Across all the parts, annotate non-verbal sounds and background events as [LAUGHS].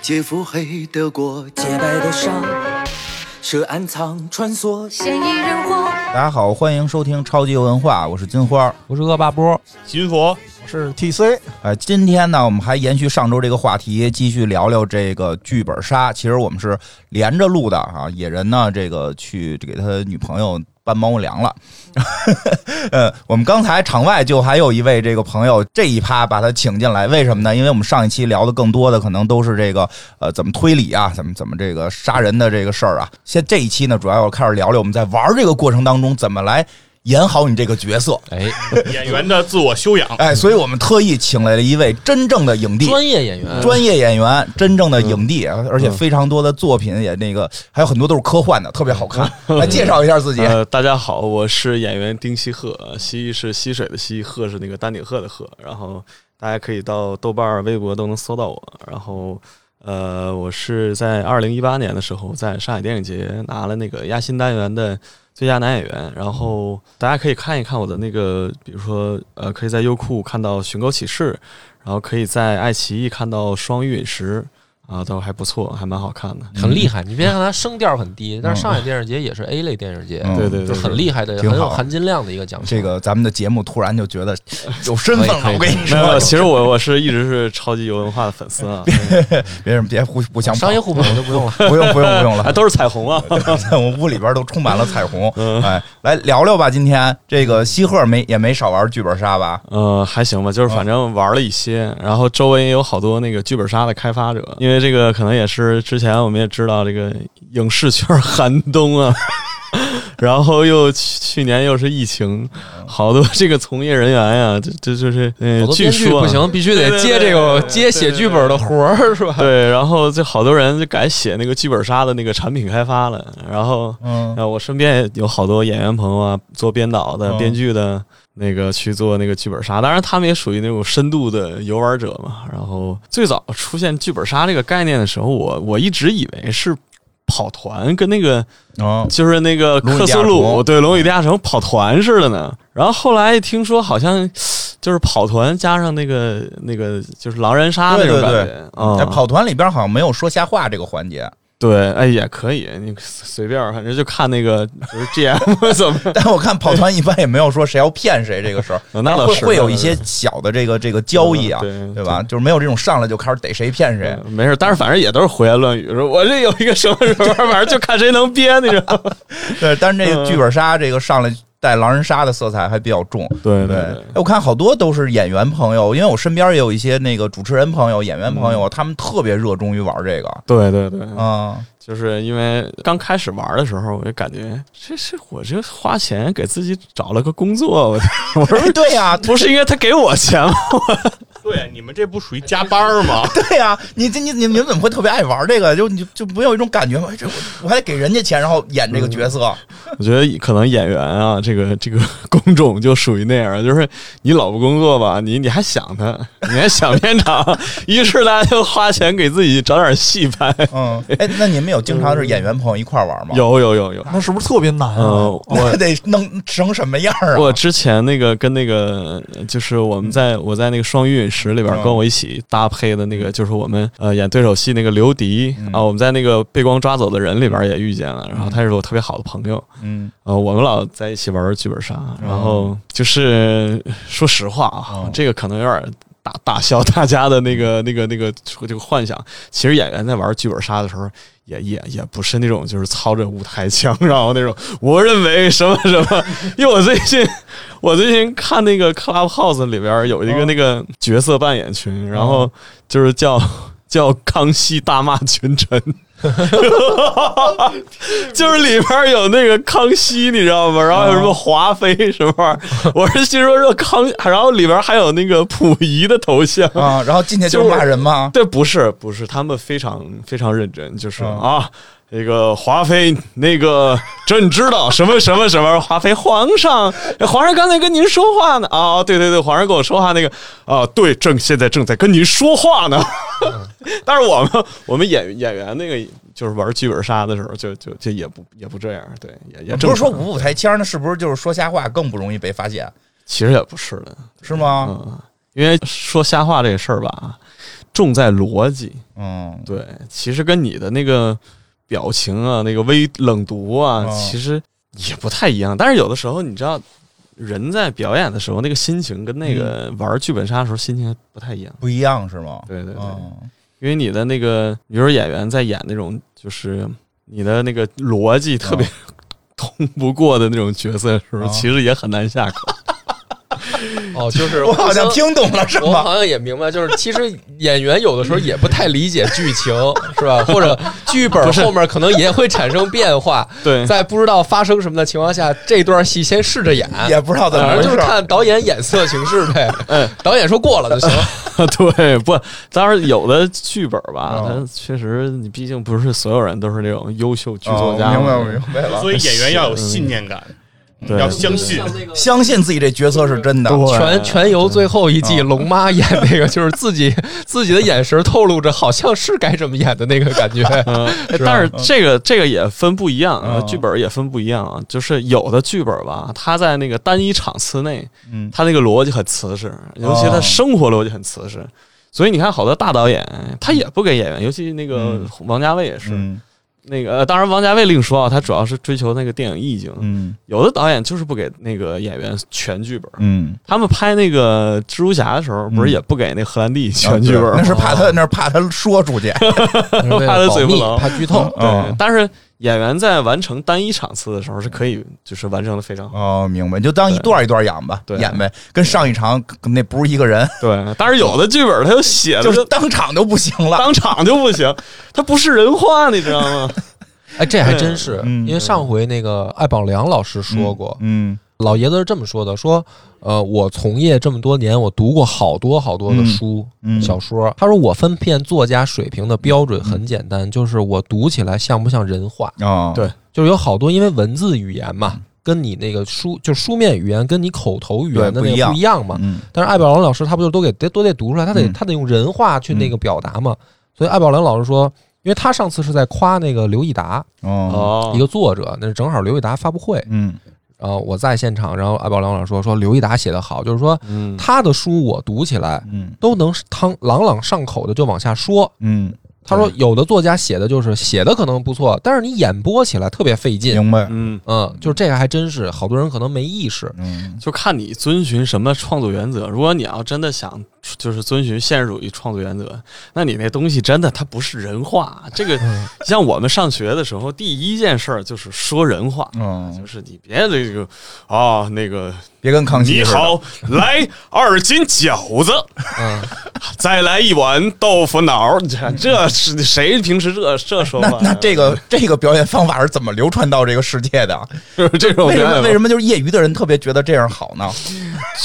姐夫黑德国，洁白的纱，涉暗藏穿梭，嫌疑人祸。大家好，欢迎收听超级文化，我是金花，我是恶霸波，金佛，我是 TC。哎，今天呢，我们还延续上周这个话题，继续聊聊这个剧本杀。其实我们是连着录的啊。野人呢，这个去给他女朋友。拌猫粮了，呃，我们刚才场外就还有一位这个朋友，这一趴把他请进来，为什么呢？因为我们上一期聊的更多的可能都是这个呃怎么推理啊，怎么怎么这个杀人的这个事儿啊。现这一期呢，主要要开始聊聊我们在玩这个过程当中怎么来演好你这个角色，哎， [LAUGHS] 演员的自我修养，哎，所以我们特意请来了一位真正的影帝， [LAUGHS] 专业演员，专业演员，真正的影帝，啊而且非常多的作品也那个还有很多都是科幻的，特别好看。来介绍一下自己。呃，大家好，我是演员丁西鹤，西是溪水的西，鹤是那个丹顶鹤的鹤。然后大家可以到豆瓣儿、微博都能搜到我。然后，呃，我是在二零一八年的时候在上海电影节拿了那个亚新单元的最佳男演员。然后大家可以看一看我的那个，比如说，呃，可以在优酷看到《寻狗启事》，然后可以在爱奇艺看到《双鱼陨石》。啊，都还不错，还蛮好看的，很厉害。你别看它声调很低，但是上海电视节也是 A 类电视节，嗯对对就对，很厉害的，挺很好有含金量的一个奖项。这个咱们的节目突然就觉得有身份可了，以我可跟以你没有，说，其实我我是一直是超级有文化的粉丝啊，别人别互互相商业互捧就不用了。不用不用不用啊 [LAUGHS] 了，都是彩虹啊，在我屋里边都充满了彩虹。嗯哎，来聊聊吧，今天这个西鹤没也没少玩剧本杀吧？呃，还行吧，就是反正玩了一些，然后周围也有好多那个剧本杀的开发者，因为这个可能也是之前我们也知道这个影视圈寒冬啊， [LAUGHS] 然后又去去年又是疫情，好多这个从业人员呀、这这就是嗯好，多据编剧说啊不行，必须对得对接对这个对对接写剧本的活儿， [LAUGHS] [LAUGHS] 是吧？对，然后就好多人就改写那个剧本杀的那个产品开发了，然后嗯，啊，我身边也有好多演员朋友啊，做编导的、嗯编剧的，那个去做那个剧本杀。当然，他们也属于那种深度的游玩者嘛。然后最早出现剧本杀这个概念的时候，我我一直以为是跑团，跟那个哦，就是那个龙与地克下苏鲁城对《龙与地下城》跑团似的呢。然后后来一听说，好像就是跑团加上那个那个就是狼人杀那对种对感对觉啊，在跑团里边好像没有说瞎话这个环节， [LAUGHS] 对，哎也可以，你随便儿，反正就看那个就是 GM [LAUGHS] 怎么。但我看跑团一般也没有说谁要骗谁这个事儿， [LAUGHS] 那倒会是会有一那倒些小的这个这个交易啊，嗯对对吧？就是没有这种上来就开始逮谁骗谁。嗯没事，但是反正也都是胡言乱语。说我这有一个什么什么，反正就看谁能憋，你知道吗？对，但是这嗯个剧本杀这个上来带狼人杀的色彩还比较重。 [LAUGHS] 对对，哎我看好多都是演员朋友，因为我身边也有一些那个主持人朋友、演员朋友，他们特别热衷于玩这个。对对对，嗯，就是因为刚开始玩的时候，我就感觉这是我这花钱给自己找了个工作，我 [LAUGHS] 我说哎对呀、不是应该他给我钱吗？对，你们这不属于加班儿 [LAUGHS] 吗？对呀、你这你你你们怎么会特别爱玩这个？就你就没有一种感觉吗？哎这我我还得给人家钱，然后演这个角色。我觉得可能演员啊，这个这个 [LAUGHS] 工种就属于那样，就是你老不工作吧，你你还想他，你还想片场，于是大家就花钱给自己找点戏拍。嗯，哎，那你们有经常是演员朋友一块儿玩吗？，有有有有，那是不是特别难啊？嗯，那 [LAUGHS] 我得弄成什么样啊？我之前那个跟那个呃就是我们在我在那个《双鱼陨石》里边嗯跟我一起搭配的那个，就是我们呃演对手戏那个刘迪嗯啊，我们在那个《被光抓走的人》里边也遇见了，然后他是我特别好的朋友，嗯，呃，我们老在一起玩剧本杀，嗯然后就是说实话啊嗯，这个可能有点。打打消大家的那个、那个、那个这个幻想，其实演员在玩剧本杀的时候，也也也不是那种就是操着舞台枪，然后那种我认为什么什么，因为我最近我最近看那个 Clubhouse 里边有一个嗯那个角色扮演群，然后就是叫叫康熙大骂群臣。就是里边有那个康熙，你知道吗？然后还有什么华妃什么玩意儿？我是听说这康，然后里边还有那个溥仪的头像。啊，然后进去就是骂人吗？对，不是不是，他们非常非常认真，就是、嗯啊，那个华妃，那个朕知道什么什么什么，华妃皇上，皇上刚才跟您说话呢啊，对对对，皇上跟我说话那个啊，对，朕现在正在跟您说话呢。嗯 [LAUGHS] 但是我们我们演演员那个就是玩剧本杀的时候，就就就也不也不这样，对，也也嗯不是说正常五五台腔，那是不是就是说瞎话更不容易被发现？其实也不是的，是吗？嗯，因为说瞎话这事儿吧，重在逻辑。嗯，对，其实跟你的那个表情啊，那个微冷读啊，嗯其实也不太一样。但是有的时候，你知道，人在表演的时候，那个心情跟那个玩剧本杀的时候心情还不太一样。不一样是吗？对对对，嗯因为你的那个，比如说演员在演那种，就是你的那个逻辑特别、 [LAUGHS] 通不过的那种角色的时候，嗯其实也很难下口。哦，就是我好像听懂了是我吗？好像也明白，就是其实演员有的时候也不太理解剧情，是吧？或者剧本后面可能也会产生变化，嗯对，在不知道发生什么的情况下，这段戏先试着演，也不知道怎么反回正事就是儿。嗯看导演眼色行事呗。导演说过了就行。 [LAUGHS] 对，不，当然有的剧本吧，嗯它确实，你毕竟不是所有人都是那种优秀剧作哦家嘛。明白我明白了。所以演员要有信念感， [LAUGHS] 对要相信。相信自己这角色是真的，对全全游最后一季，龙妈演那个就是自己自己的眼神透露着好像是该这么演的那个感觉。嗯，哎但是这个这个也分不一样啊，嗯剧本也分不一样啊。就是有的剧本吧，它在那个单一场次内，嗯哦它那个逻辑很瓷实，尤其它生活逻辑很瓷实。所以你看，好多大导演他也不给演员，尤其那个嗯王家卫也是、嗯那个，呃当然王家卫另说啊，他主要是追求那个电影意境。嗯有的导演就是不给那个演员全剧本，嗯，他们拍那个蜘蛛侠的时候，不是也不给那荷兰弟全剧本吗？啊哦那是怕他那是怕他说出去， [LAUGHS] 哦怕他嘴不嗯保牢密怕剧透。 [LAUGHS] 对，但是演员在完成单一场次的时候是可以，就是完成的非常好。哦，明白，就当一段一段演吧，对演呗，跟上一场跟那不是一个 [LAUGHS] 人，对，但是有的剧本他就写的就是当场就不行了。当场就不行，他不是人话，你知道吗？哎，这还真是，嗯因为上回那个艾宝良老师说过，嗯，老爷子是这么说的：说，呃，我从业这么多年，我读过好多好多的书、嗯嗯小说。他说，我分辨作家水平的标准很简单，就是我读起来像不像人话。嗯哦，对啊就是有好多因为文字语言嘛，嗯跟你那个书就书面语言跟你口头语言的对不一那个样不一样嘛。嗯但是艾宝良老师他不就都给得都得读出来，他得、嗯他得用人话去那个表达嘛。所以艾宝良老师说，因为他上次是在夸那个刘益达、哦，哦一个作者，那正好刘益达发布会，嗯然后我在现场，然后艾宝良老师说说刘益达写得好，就是说嗯，他的书我读起来嗯都能汤朗朗上口的就往下说。嗯，他说有的作家写的就是写的可能不错，但是你演播起来特别费劲。明白，嗯，嗯，就是这个还真是好多人可能没意识。嗯就看你遵循什么创作原则。如果你要真的想就是遵循现实主义创作原则，那你那东西真的它不是人话。这个像我们上学的时候，第一件事儿就是说人话。就嗯，是你别这个啊，那个别跟康熙 [LAUGHS] 你似的，好，来二斤饺子，嗯，再来一碗豆腐脑。你看 [LAUGHS] 这是谁平时这这说那法呀？那这个这个表演方法是怎么流传到这个世界的？就是 [LAUGHS] 这种 [LAUGHS] 啊为什么为什什么？么就是业余的人特别觉得这样好呢？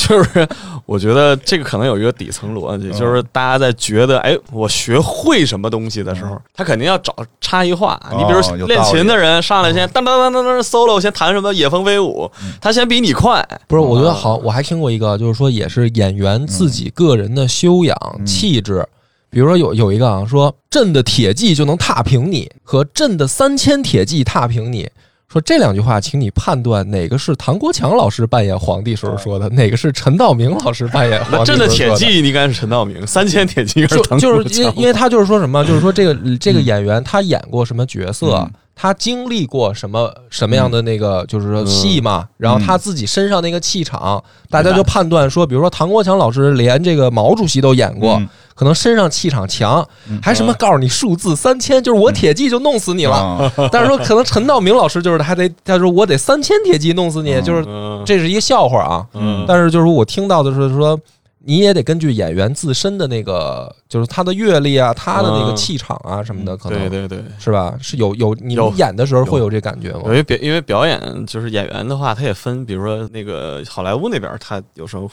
就是我觉得这个可能有一个底层逻辑，就是大家在觉得哎，我学会什么东西的时候，他肯定要找差异化。你比哦有道理如练琴的人上来先当当当当当 solo，先弹什么《野蜂飞舞》，他先比你快。不是，哦我觉得好，我还听过一个，就是说也是演员嗯自己个人的修养、气质。比如说有有一个啊，说朕的铁骑就能踏平你，和朕的三千铁骑踏平你。说这两句话，请你判断哪个是唐国强老师扮演皇帝时候说的，哪个是陈道明老师 [LAUGHS] 扮演皇帝时候说的。朕哦的铁骑应该是陈道明，三千铁骑应该是 [LAUGHS] 就唐就国是因为强因为他就是说什么，就是说这个这个演员他演过什么角色嗯，他经历过什么什么样的那个就是说嗯戏嘛，然后他自己身上那个气场，大家就判断说，比如说唐国强老师连这个毛主席都演过嗯，可能身上气场强，还什么告诉你数字三千，就是嗯我铁骑就弄死你了。啊但是说可能陈道明老师就是还得他说我得三千铁骑弄死你，嗯就是嗯这是一个笑话啊。嗯但是就是我听到的是说，你也得根据演员自身的那个，就是他的阅历啊，他的那个嗯气场啊什么的，可能对对对，是吧？是有有你有们演的时候会有这感觉吗因？为表因为表演就是演员的话，他也分，比如说那个好莱坞那边，他有时候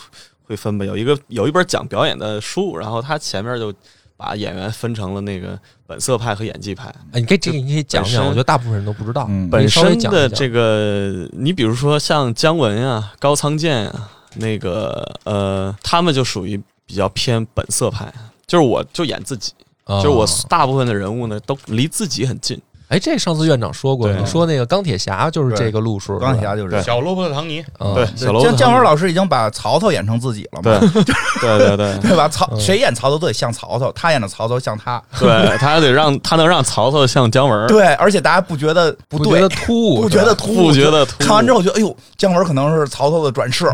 会分吧，有一个有一本讲表演的书，然后他前面就把演员分成了那个本色派和演技派。哎，你可以这个你可以讲本身讲，我觉得大部分人都不知道。嗯你本稍微身讲的一讲这个，你比如说像姜文啊、高仓健啊，那个呃，他们就属于比较偏本色派，就是我就演自己，啊就是我大部分的人物呢都离自己很近。哎，这上次院长说过，对你说那个钢铁侠就是这个路数，钢铁侠就是这样。小罗伯特·唐尼，嗯对，小楼姜姜文老师已经把曹操演成自己了嘛，对对对对对吧？曹嗯谁演曹操都得像曹操，他演的曹操像他。 [LAUGHS] 对，他还得让他能让曹操像姜文儿，对，而且大家不觉得不不觉得对，突兀，不觉得是吧突兀，不觉得突兀看完之后觉得，哎呦，姜文可能是曹操的转世。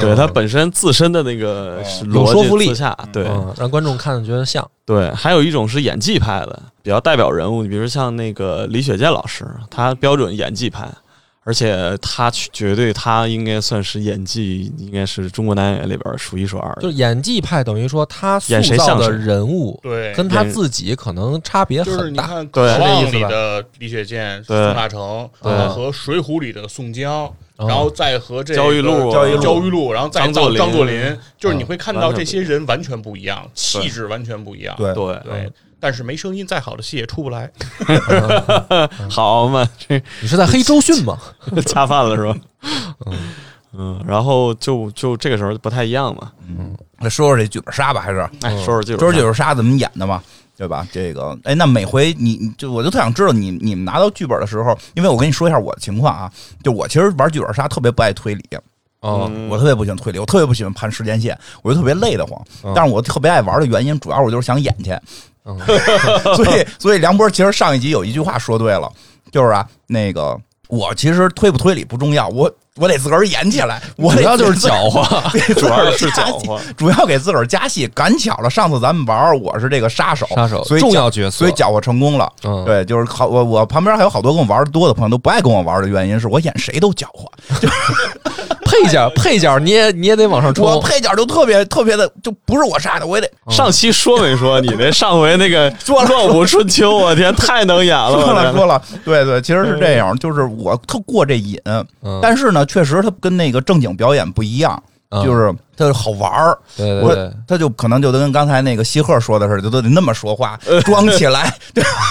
对他本身自身的那个是嗯有逻说辑服力自洽，对嗯，让观众看着觉得像。对，还有一种是演技派的，比较代表人物，你比如像那个李雪健老师，他标准演技派。而且他绝对，他应该算是演技，应该是中国男演员里边数一数二的。就是演技派等于说他塑演谁造像的谁人物对，跟他自己可能差别 [LAUGHS] 就是很你大。看《对是渴望这意》思里吧的李雪健、对宋大成，对哦呃和《水浒》里的宋江，嗯然后再和这个焦裕禄啊焦裕禄焦裕禄，然后再张作到霖嗯张作霖，就是你会看到完全不一这样些人完全不一样，气质完全不一样。对，对，对，但是没声音，再好的戏也出不来。嗯 [LAUGHS] 好嘛，这你是在黑周迅吗？恰饭了是吧？嗯，然后就就这个时候就不太一样嗯嘛。来 [LAUGHS] 说说这剧本杀吧，还是哎，说说剧说说本剧杀，本杀怎么演的嘛，对吧？这个，哎，那每回你你就我就特想知道你你们拿到剧本的时候，因为我跟你说一下我的情况啊，就我其实玩剧本杀特别不爱推理，嗯哦，我特别不喜欢推理，我特别不喜欢盘时间线，我就特别累得慌嗯。但是我特别爱玩的原因，主要我就是想演去。嗯 [LAUGHS] 所以，所以梁波其实上一集有一句话说对了，就是啊，那个我其实推不推理不重要，我我得自个儿演起来，我主得要就是自个儿搅 [LAUGHS] 和，对主 [LAUGHS] 要是自个儿加搅戏和，主要给自个儿加戏。赶巧了，上次咱们玩儿，我是这个杀手，杀手所以重搅要角色，所以搅和成功了。嗯，对，就是好，我我旁边还有好多跟我玩的多的朋友都不爱跟我玩的原因是我演谁都搅和，配角嗯配角你也你也得往上我冲，配角就特别特别的，就不是我杀的，我也得嗯上期说没说你那上回那个 [LAUGHS] 说了乱舞春秋，我天，太能演了！说我了嗯天说了，对对，其实是这样，就是我特过这瘾，嗯但是呢，确实它跟那个正经表演不一样，嗯就是它好玩儿。对对我对，他就可能就跟刚才那个西鹤说的似的，就都得那么说话，装起 [LAUGHS] 来，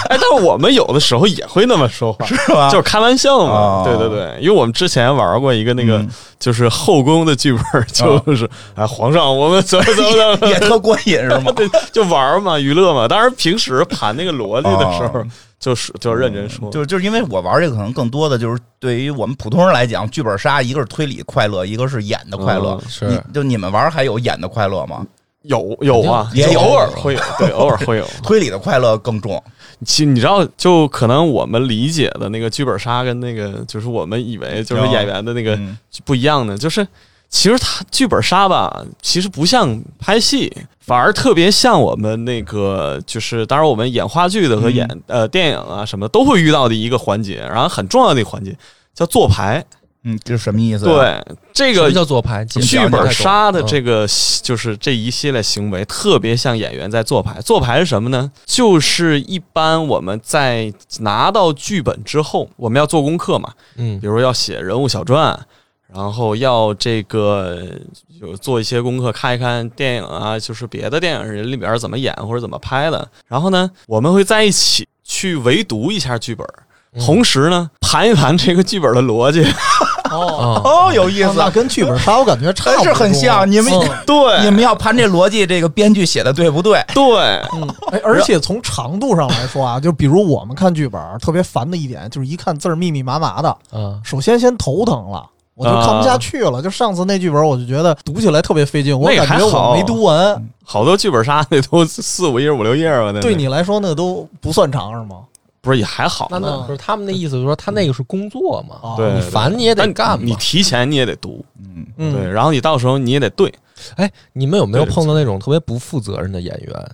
哎，但是我们有的时候也会那么说话，是吧？就是开玩笑嘛哦。对对对，因为我们之前玩过一个那个嗯哦就是后宫的剧本，就是哎，皇上，我们怎么怎么怎么也特过瘾是 [LAUGHS] 吗？对， [LAUGHS] 就玩嘛，娱乐嘛。当然，平时盘那个萝莉的时候哦，嗯就是就认真说，就就是因为我玩这个，可能更多的就是对于我们普通人来讲，剧本杀一个是推理快乐，一个是演的快乐。嗯是你就你们玩还有演的快乐吗？有有啊，也就有偶尔会有，对，偶尔会有。推理的快乐更重，其实你知道，就可能我们理解的那个剧本杀跟那个就是我们以为哦就是演员的那个嗯不一样的，就是其实它剧本杀吧，其实不像拍戏，反而特别像我们那个就是，当然我们演话剧的和嗯演、呃电影啊什么的都会遇到的一个环节，然后很重要的一个环节叫做牌。嗯，这什么意思？，对，这啊什个么叫做牌？解释剧一下本杀这的种这个就是这一系列行为，特别像演员在做牌。做牌是什么呢？就是一般我们在拿到剧本之后，我们要做功课嘛，嗯比如要写人物小传，然后要这个有做一些功课，看一看电影啊，就是别的电影人里边怎么演或者怎么拍的。然后呢，我们会在一起去围读一下剧本，同时呢盘一盘这个剧本的逻辑。嗯哦哦，有意那思，跟剧本杀我感觉差不但多嗯是很像。你们嗯 [LAUGHS] 对，你们要盘这逻辑，这个编剧写的对不对？对。嗯，哎，而且从长度上来说啊，就比如我们看剧本特别烦的一点，就是一看字儿密密麻麻的，啊首先先头疼了。我就看不下去了，就上次那剧本，我就觉得读起来特别费劲，我那个还感觉好我没读嗯完。好多剧本杀那都四五页五六页吧，那对你来说，那个都不算长是吗？不是也还好那呢。嗯那不是他们的意思，就是说他那个是工作嘛，啊，对你烦你也得但干你嘛。提前你也得读，嗯，对，嗯，然后你到时候你也得对，哎，你们有没有对碰到那种特别不负责任的演员？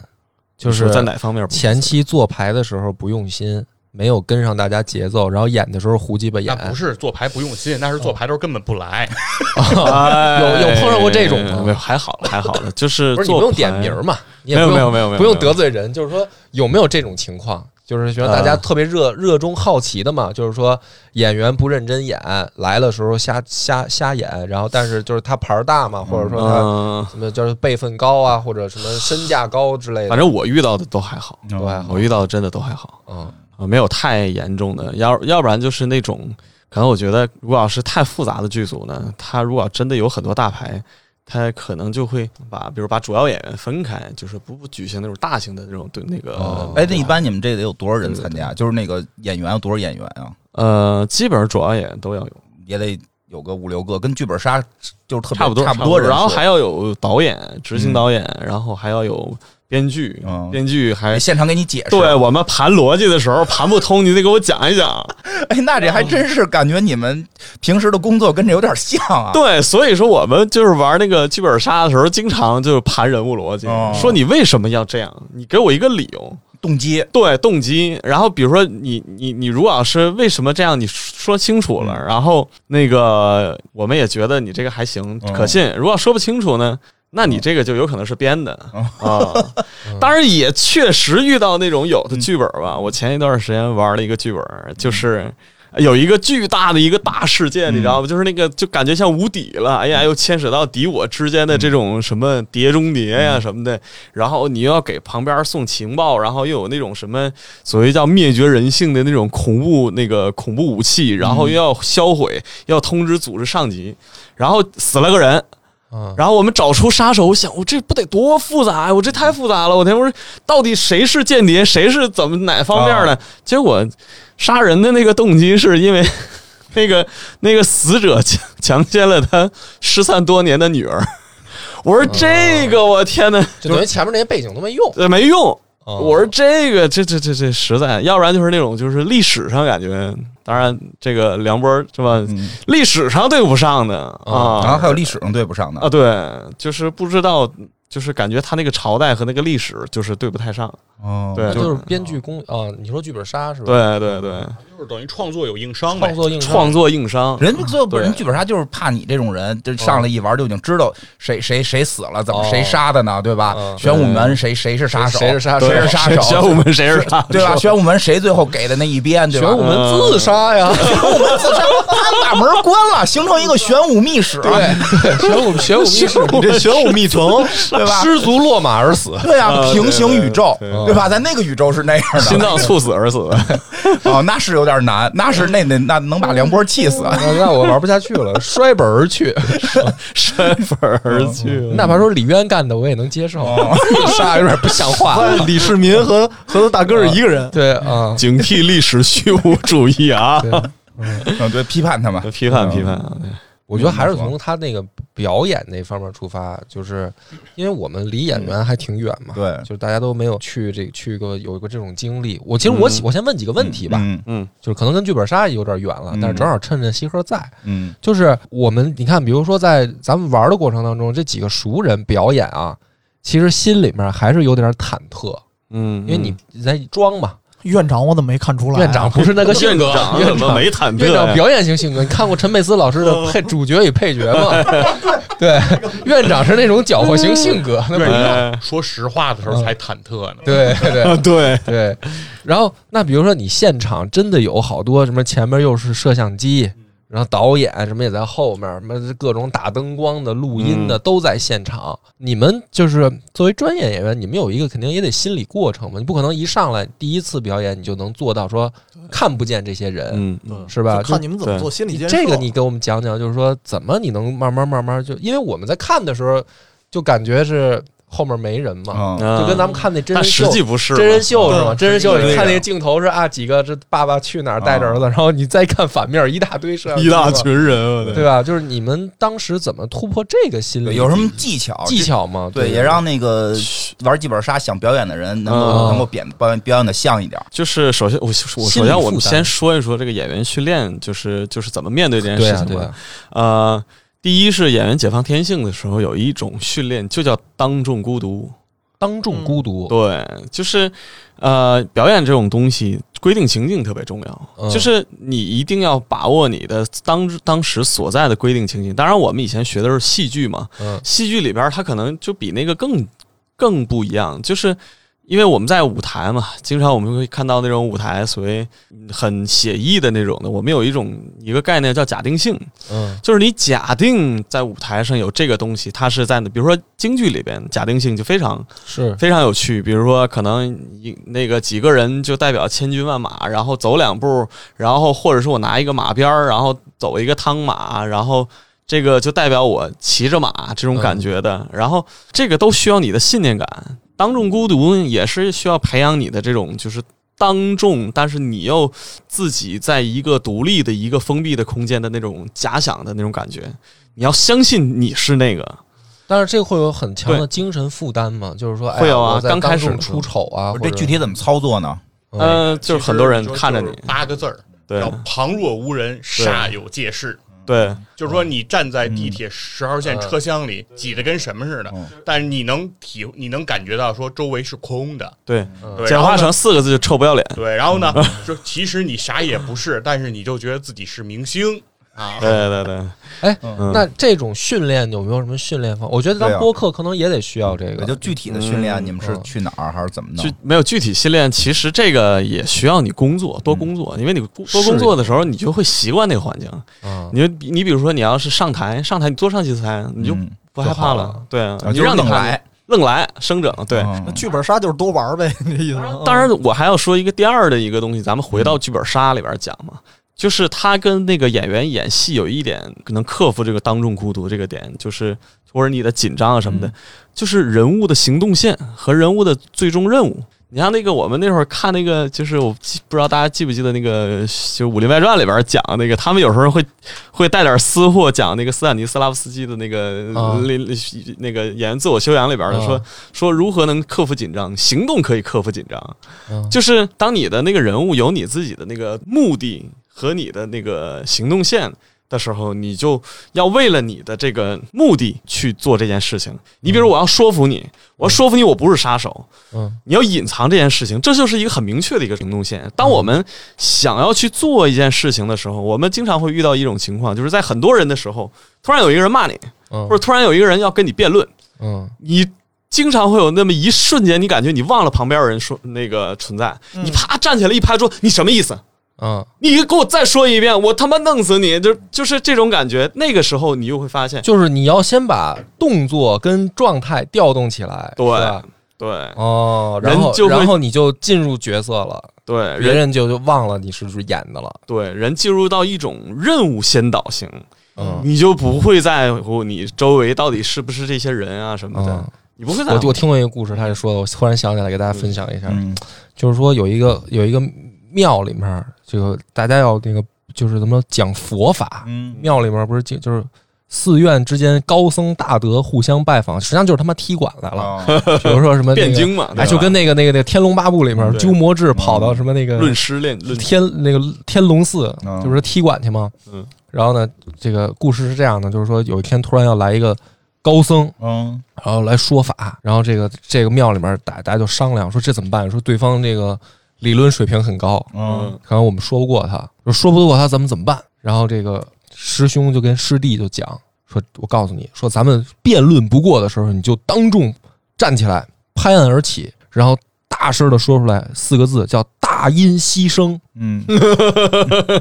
就是在哪方面不前 [LAUGHS] 期做牌的时候不用心，没有跟上大家节奏，然后演的时候胡鸡巴那演，不是做牌不用心，那是做牌的时候根本不来。嗯哎有有碰上过这种吗没有，还好还好的，就是不是你做不用牌点名儿，嘛？你也没有不用没有没有没有不用没有得罪人，就是说有没有这种情况？就是觉得呃大家特别热、热衷好奇的嘛，就是说演员不认真演，来的时候瞎瞎瞎演，然后但是就是他牌儿大嘛，或者说他嗯，什么就是辈分高啊，或者什么身价高之类的，反正我遇到的都还好，都还好我遇到的真的都还好嗯啊，没有太严重的，要要不然就是那种可能我觉得如果要是太复杂的剧组呢，他如果真的有很多大牌。他可能就会把，比如把主要演员分开，就是不不举行那种大型的这种对那个。哎，那一般你们这得有多少人参加？就是那个演员有多少演员啊？呃，基本上主要演员都要有，也得有个五六个，跟剧本杀就是特别差不多差差不多人数。然后还要有导演、执行导演，然后还要有编剧嗯，编剧还哎现场给你解释。对我们盘逻辑的时候盘不通，你得给我讲一讲。哎，那这嗯还真是感觉你们平时的工作跟这有点像啊。对，所以说我们就是玩那个剧本杀的时候，经常就是盘人物逻辑哦，说你为什么要这样，你给我一个理由，动机，对动机。然后比如说你你你如果要是为什么这样，你说清楚了，然后那个我们也觉得你这个还行嗯可信。如果说不清楚呢？那你这个就有可能是编的啊，当然也确实遇到那种有的剧本吧。我前一段时间玩了一个剧本，就是有一个巨大的一个大事件，你知道吗？就是那个就感觉像无底了，哎呀，又牵扯到敌我之间的这种什么碟中谍呀、什么的，然后你又要给旁边送情报，然后又有那种什么所谓叫灭绝人性的那种恐怖那个恐怖武器，然后又要销毁，要通知组织上级，然后死了个人，嗯，然后我们找出杀手，我想我这不得多复杂呀！我这太复杂了，我天！我说到底谁是间谍，谁是怎么哪方面的？结果杀人的那个动机是因为 [LAUGHS] 那个那个死者强强奸了他失散多年的女儿。我说这个，我天哪，就等于前面那些背景都没用。这呃没用！啊我说这个，这这这这实在，要不然就是那种就是历史上感觉，当然这个梁波是吧？嗯，哦历史上对不上的啊，然后还有历史上对不上的啊，对，就是不知道，就是感觉他那个朝代和那个历史就是对不太上。哦对那就就是编剧工啊，你说剧本杀是吧？，对对对，就是等于创作有硬伤呗创。作硬伤创作硬伤， [LAUGHS] 人最后不是对人剧本杀就是怕你这种人，就上来一玩就已经知道谁谁谁死了，怎么嗯哦谁杀的呢？对吧？嗯玄武门谁谁是杀手，谁是杀手谁是杀 [LAUGHS] 手，玄武门谁是杀手？ [LAUGHS] 对吧？玄武门谁最后给的那一鞭，对吧？嗯玄武门自杀呀， [LAUGHS] 玄武门自杀，他把门关了，形成一个玄武密室，对，玄武玄武密室，你这玄武密城，对吧？ [LAUGHS] 失足落马而死。对啊，啊平行宇宙，对对对吧？在那个宇宙是那样心的，脏猝死而死。 [LAUGHS] 哦，那是有点难，那是那那那能把梁波气死。那那我玩不下去了，摔本而去。嗯山粉而去。哪怕说李渊干的，我也能接受。哦自杀有点不像 [LAUGHS] 话。李世民和和大哥是一个人，对啊，警惕历史虚无主义啊！对，嗯， [LAUGHS] 对，批判他们，批判批判啊，我觉得还是从他那个表演那方面出发，就是因为我们离演员还挺远嘛，对就是大家都没有去这去过有一个这种经历。我其实我嗯喜我先问几个问题吧，嗯就是可能跟剧本杀有点远了，嗯但是正好趁着西河在，嗯就是我们你看，比如说在咱们玩的过程当中，这几个熟人表演啊，其实心里面还是有点忐忑，嗯，因为你在装嘛，院长我怎么没看出来啊？院长不是那个性院格，长院怎么长没忐院忑长呀？表演型性格，你看过陈佩斯老师的配 [LAUGHS] 主角与配角吗？对，院长是那种搅和型性格，那不一样。哎说实话的时候才忐忑呢。对对啊，对，对。然后，那比如说你现场真的有好多什么，前面又是摄像机，然后导演什么也在后面，什么各种打灯光的、录音的都在现场。你们就是作为专业演员，你们有一个肯定也得心理过程嘛，你不可能一上来第一次表演你就能做到说看不见这些人，嗯，嗯是吧？就看你们怎么做心理建设。这个你给我们讲讲，就是说怎么你能慢慢慢慢就，因为我们在看的时候就感觉是后面没人嘛，嗯啊就跟咱们看那真但人实秀。际不是嘛真人秀是吗？真人秀对你看那个镜头是啊，几个这爸爸去哪儿带着儿子，然后你再看反面一大堆摄像机一大嘛，群人，我的对吧？就是你们当时怎么突破这个心理？对，有什么技巧？嗯技巧吗？对，也让那个玩剧本杀想表演的人能嗯够能够表表演表演的像一点。就是首先，我我心首理先我负担们先说一说这个演员训练，就是就是怎么面对这件对事啊情对吧。啊，呃，第一是演员解放天性的时候，有一种训练就叫当众孤独。当众孤独，对，就是呃，表演这种东西，规定情境特别重要，嗯就是你一定要把握你的当当时所在的规定情境。当然，我们以前学的是戏剧嘛，嗯戏剧里边儿它可能就比那个更更不一样，就是因为我们在舞台嘛，经常我们会看到那种舞台所谓很写意的那种的，我们有一种一个概念叫假定性，嗯就是你假定在舞台上有这个东西，它是在那，比如说京剧里边假定性就非常是非常有趣，比如说可能一那个几个人就代表千军万马，然后走两步，然后或者是我拿一个马鞭儿，然后走一个趟马，然后。这个就代表我骑着马这种感觉的。然后这个都需要你的信念感，当众孤独也是需要培养你的这种就是。当众，但是你又自己在一个独立的、一个封闭的空间的那种假想的那种感觉，你要相信你是那个，但是这会有很强的精神负担吗？就是说，哎呀会有啊我在刚开始当众出丑啊，这或者具体怎么操作呢？嗯呃，就是很多人看着你，八个字儿，对嗯叫旁若无人，煞有介事。对，就是说，你站在嗯地铁十号线车厢里，挤得跟什么似的，但是你能体，你能感觉到说周围是空的。对，对，嗯简化然后成嗯呢四个字就臭不要脸。对，然后呢，就其实你啥也不是，但是你就觉得自己是明星啊。对对对，哎，嗯那这种训练有没有什么训练方？我觉得对当啊播客可能也得需要这对，个，就具体的训练，嗯你们是去哪儿还是怎么弄具？没有具体训练，其实这个也需要你工作，多工作，因为你工多工作的时候，你就会习惯那个环境。嗯，你就比你比如说，你要是上台，上台你多上几次台，你就嗯不害怕就好了了。对啊，啊你就是让你愣看来，愣来生整。对，嗯那剧本杀就是多玩儿呗，你这意思嗯吗？当然我还要说一个第二的一个东西，咱们回到剧本杀里边讲嘛。就是他跟那个演员演戏有一点可能克服这个当众孤独这个点，就是或者你的紧张啊什么的，嗯就是人物的行动线和人物的最终任务。你像那个我们那会儿看那个，就是我记不知道大家记不记得那个，就是《武林外传》里边讲那个，他们有时候会会带点私货，讲那个斯坦尼斯拉夫斯基的那个、啊那那个演员自我修养里边的，啊说说如何能克服紧张，行动可以克服紧张，嗯就是当你的那个人物有你自己的那个目的和你的那个行动线的时候，你就要为了你的这个目的去做这件事情。你比如我要说服你，我要说服你我不是杀手，嗯，你要隐藏这件事情，这就是一个很明确的一个行动线。当我们想要去做一件事情的时候，我们经常会遇到一种情况，就是在很多人的时候，突然有一个人骂你，嗯，或者突然有一个人要跟你辩论，嗯，你经常会有那么一瞬间，你感觉你忘了旁边有人说那个存在，你啪站起来一拍桌，你什么意思？嗯，你给我再说一遍，我他妈弄死你！就就是这种感觉。那个时候你又会发现，就是你要先把动作跟状态调动起来，对是吧对哦，人然后就会然后你就进入角色了，对，别人人就就忘了你是不是演的了，对人进入到一种任务先导型，嗯，你就不会在乎你周围到底是不是这些人啊什么的，嗯你不会在我乎。我听过一个故事，他就说的，我突然想起来给大家分享一下，嗯，就是说有一个有一个庙里面，这个大家要那个就是怎么说讲佛法，嗯，庙里面不是就就是寺院之间高僧大德互相拜访，实际上就是他妈踢馆来了。啊比如说什么那个辩经嘛，哎，就跟那个那个那个《天龙八部》里面对嗯鸠摩智跑到什么那个论师练论天那个天龙寺，嗯就是踢馆去嘛。嗯，然后呢，这个故事是这样的，就是说有一天突然要来一个高僧，嗯，然后来说法，然后这个这个庙里面大大家就商量说这怎么办？说对方这个理论水平很高，嗯，可能我们说不过他，说说不过他，咱们怎么办？然后这个师兄就跟师弟就讲说，我告诉你说，咱们辩论不过的时候，你就当众站起来，拍案而起，然后大声的说出来四个字，叫大音希声。嗯，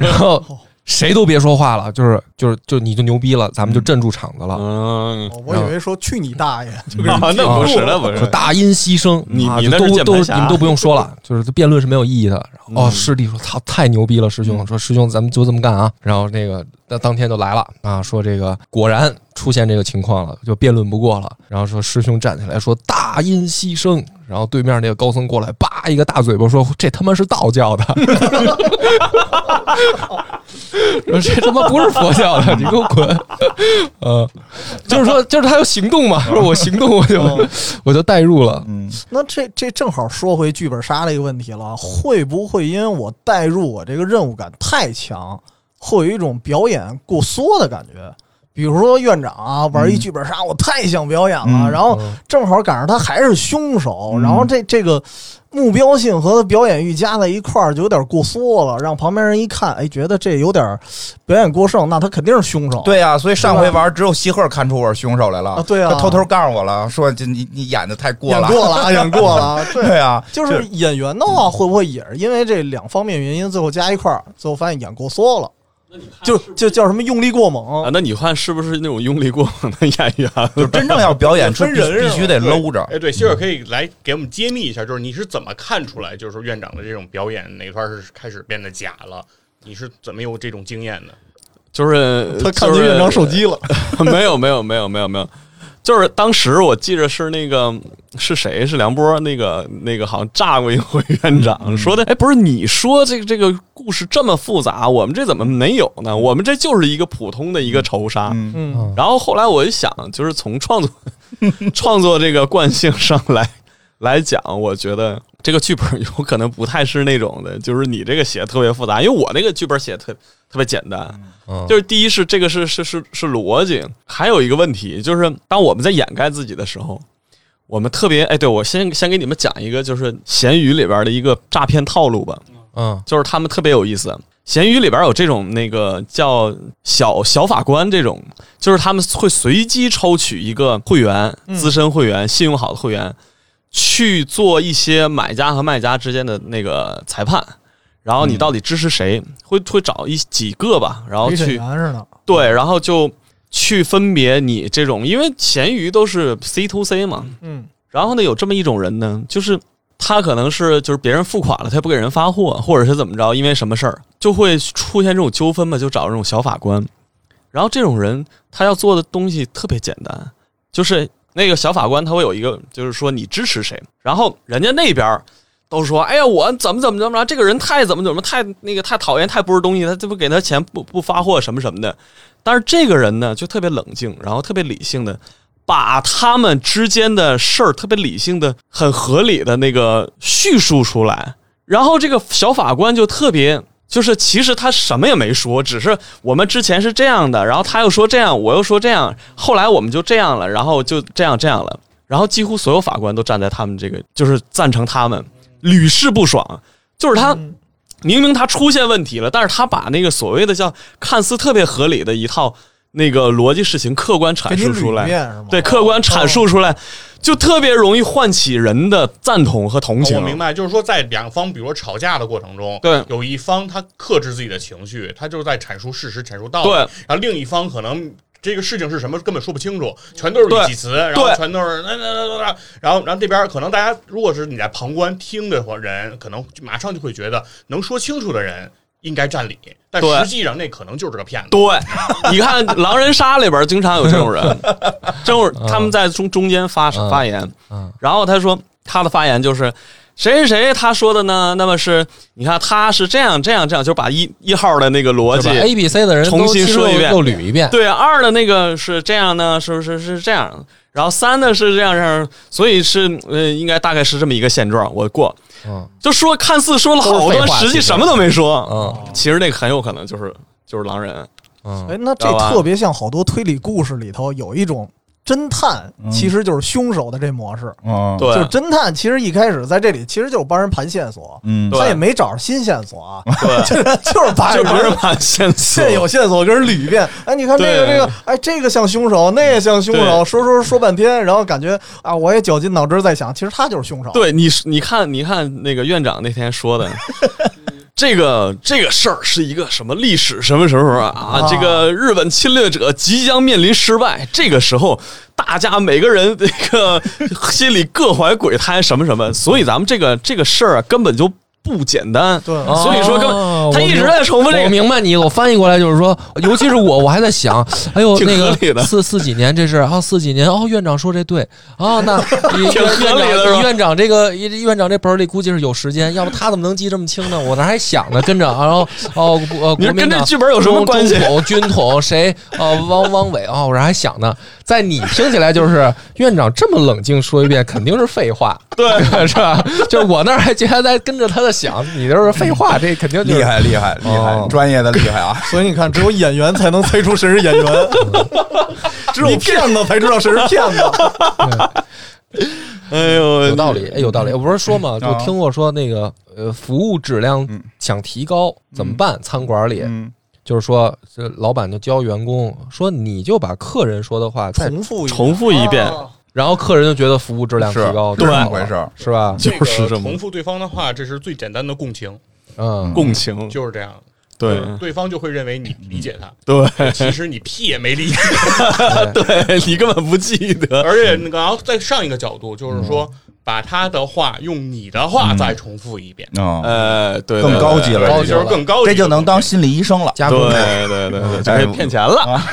然后谁都别说话了，就是就是就你就牛逼了，咱们就镇住场子了。嗯，哦我以为说去你大爷，就啊， [LAUGHS] 那不是那不说是，大音希声，你啊你就那是都键盘都侠你们都不用说了，就是辩论是没有意义的。然后哦，嗯师弟说：“操，太牛逼了，师兄！”嗯说：“师兄，咱们就这么干啊。”然后那个那当天就来了啊，说这个果然出现这个情况了，就辩论不过了。然后说师兄站起来说：“大音希声。”然后对面那个高僧过来，叭一个大嘴巴说：“这他妈是道教的。” [LAUGHS] 说这他妈不是佛教的，你给我滚！呃，就是说，就是他有行动嘛，说我行动，我就、我就代入了。嗯，那这这正好说回剧本杀这个问题了，会不会因为我代入我这个任务感太强，会有一种表演过缩的感觉？比如说院长啊，玩一剧本杀，我太想表演了，嗯然后正好赶上他还是凶手，嗯然后这这个目标性和表演欲加在一块儿就有点过缩了，让旁边人一看，哎，觉得这有点表演过剩，那他肯定是凶手。对呀，所以上回玩只有西鹤看出我是凶手来了啊，对啊他偷偷告诉我了，说这你你演的太过演了， [LAUGHS] 过了啊，演过了啊，对对啊，就是演员的话，会不会也是因为这两方面原因，最后加一块儿，最后发现演过缩了？就就叫什么用力过猛啊，？那你看是不是那种用力过猛的演 [LAUGHS] 员？就是真正要表演，是分必人必须得是吧对搂着，哎，对，希嗯尔可以来给我们揭秘一下，就是你是怎么看出来，就是说院长的这种表演哪块儿是开始变得假了？你是怎么有这种经验的？就是他看就见是院长手机了， [LAUGHS] 没有没有没有没有没有，就是当时我记着是那个是谁是梁波那个那个好像炸过一回院长说的，哎，不是你说这个这个故事这么复杂，我们这怎么没有呢？我们这就是一个普通的一个仇杀。嗯嗯，然后后来我一想，就是从创作创作这个惯性上来来讲，我觉得这个剧本 [LAUGHS] 有可能不太是那种的，就是你这个写得特别复杂，因为我那个剧本写得特特别简单，嗯就是第一是这个是是是是逻辑，还有一个问题就是当我们在掩盖自己的时候，我们特别哎，对我先先给你们讲一个就是闲鱼里边的一个诈骗套路吧，嗯就是他们特别有意思。闲鱼里边有这种那个叫小小法官这种，就是他们会随机抽取一个会员、资深会员、信用好的会员，去做一些买家和卖家之间的那个裁判。然嗯后你到底支持谁，会会找一几个吧，然后陪审去员似的，对，然后就去分别你这种，因为闲鱼都是 C to C 嘛，嗯，然后呢，有这么一种人呢，就是他可能是就是别人付款了，他不给人发货，或者是怎么着，因为什么事儿就会出现这种纠纷嘛，就找这种小法官。然后这种人他要做的东西特别简单，就是那个小法官他会有一个，就是说你支持谁，然后人家那边儿都说，哎呀，我怎么怎么怎么着，这个人太怎么怎么太那个太讨厌，太不是东西，他这不给他钱不不发货什么什么的。但是这个人呢，就特别冷静，然后特别理性的，把他们之间的事儿特别理性的、很合理的那个叙述出来。然后这个小法官就特别，就是其实他什么也没说，只是我们之前是这样的，然后他又说这样，我又说这样，后来我们就这样了，然后就这样这样了。然后几乎所有法官都站在他们这个，就是赞成他们，屡试不爽。就是他嗯明明他出现问题了，但是他把那个所谓的叫看似特别合理的一套那个逻辑事情客观阐给你述出捋一来，遍是吗？哦对，客观阐述出来，就特别容易唤起人的赞同和同情。哦我明白，就是说在两方比如说吵架的过程中，对有一方他克制自己的情绪，他就是在阐述事实、阐述道理，对然后另一方可能。这个事情是什么根本说不清楚，全都是对语气词，然后对全都是那那那那，然后然后这边可能大家如果是你在旁观听的话，人可能就马上就会觉得能说清楚的人应该占理，但对实际上那可能就是个骗子。对，你 [LAUGHS] 看《狼人杀》里边经常有这种人，这种他们在中中间发嗯发言嗯，然后他说他的发言就是谁谁谁他说的呢？那么是你看他是这样这样这样，就把一一号的那个逻就辑把哎 A、B、C 的人都重新说一遍又捋一遍，对，二的那个是这样呢，是不是是这样？然后三的是这样这样，所以是呃，应该大概是这么一个现状。我过，嗯就说看似说了好都是多废，话实其际实什么都没说。嗯其实那个很有可能就是就是狼人，哎嗯，，那这知道吧特别像好多推理故事里头有一种侦探，其实就是凶手的这模式。嗯，嗯对，就是侦探，其实一开始在这里其实就是帮人盘线索，嗯，对他也没找着新线索啊， [LAUGHS] 对，就是就是把就不是人蛮线 [LAUGHS] 索现，有线索跟人捋一遍。哎，你看这个对这个，哎，这个像凶手，那个像凶手，对说说说半天，然后感觉啊，我也绞尽脑汁在想，其实他就是凶手。，对，你是你看，你看那个院长那天说的， [LAUGHS] 这个这个事儿是一个什么历史什么什么什么啊？啊这个日本侵略者即将面临失败，这个时候大家每个人这个心里各怀鬼胎什么什么，所以咱们这个这个事儿啊根本就不简单。对所以说根哦本他一直在重复这我个。明白你，我翻译过来就是说，尤其是我，我还在想，哎呦，挺那合理个的四四几年这是，啊，四几年，哦，院长说这对，啊， [LAUGHS] 那院挺合理的是长吧院长这个院长这本儿里估计是有时间，要不他怎么能记这么清呢？我那还想呢，跟着，啊然后哦，呃，你国说民跟这党。剧本有什么关系中？统军统谁？哦，汪汪伟哦，我这还想呢，在你听起来就是院长这么冷静说一遍，肯定是废话，对， [LAUGHS] 是吧？就是我那儿还觉得在跟着他的想，你就是废话，这肯定就是厉害厉害厉害哦，专业的厉害啊！所以你看，只有演员才能猜出谁是演员， [LAUGHS] 只有骗子才知道谁是 [LAUGHS] 骗子。哎呦，有道理，哎，有道理。我不是说嘛，就啊听过说那个呃，服务质量想提高怎么办？餐馆里嗯，就是说，这老板就教员工说，你就把客人说的话再，重复一遍重复一遍，然后客人就觉得服务质量提是高，是就这好么了回事儿。是吧？就是这这个么重复对方的话，这是最简单的共情，嗯，共情，就是这样。对对方就会认为你理解他，对其实你屁也没理解。对，你根本不记 [LAUGHS] [LAUGHS] 得，嗯而且那个，然后再上一个角度，就是说，把他的话用你的话再重复一遍，哦，呃，对，更对高级了这高就级是更高级嗯这的就能当东西心理医生了。加对工对对对对，就可以骗钱了。 [LAUGHS] 啊，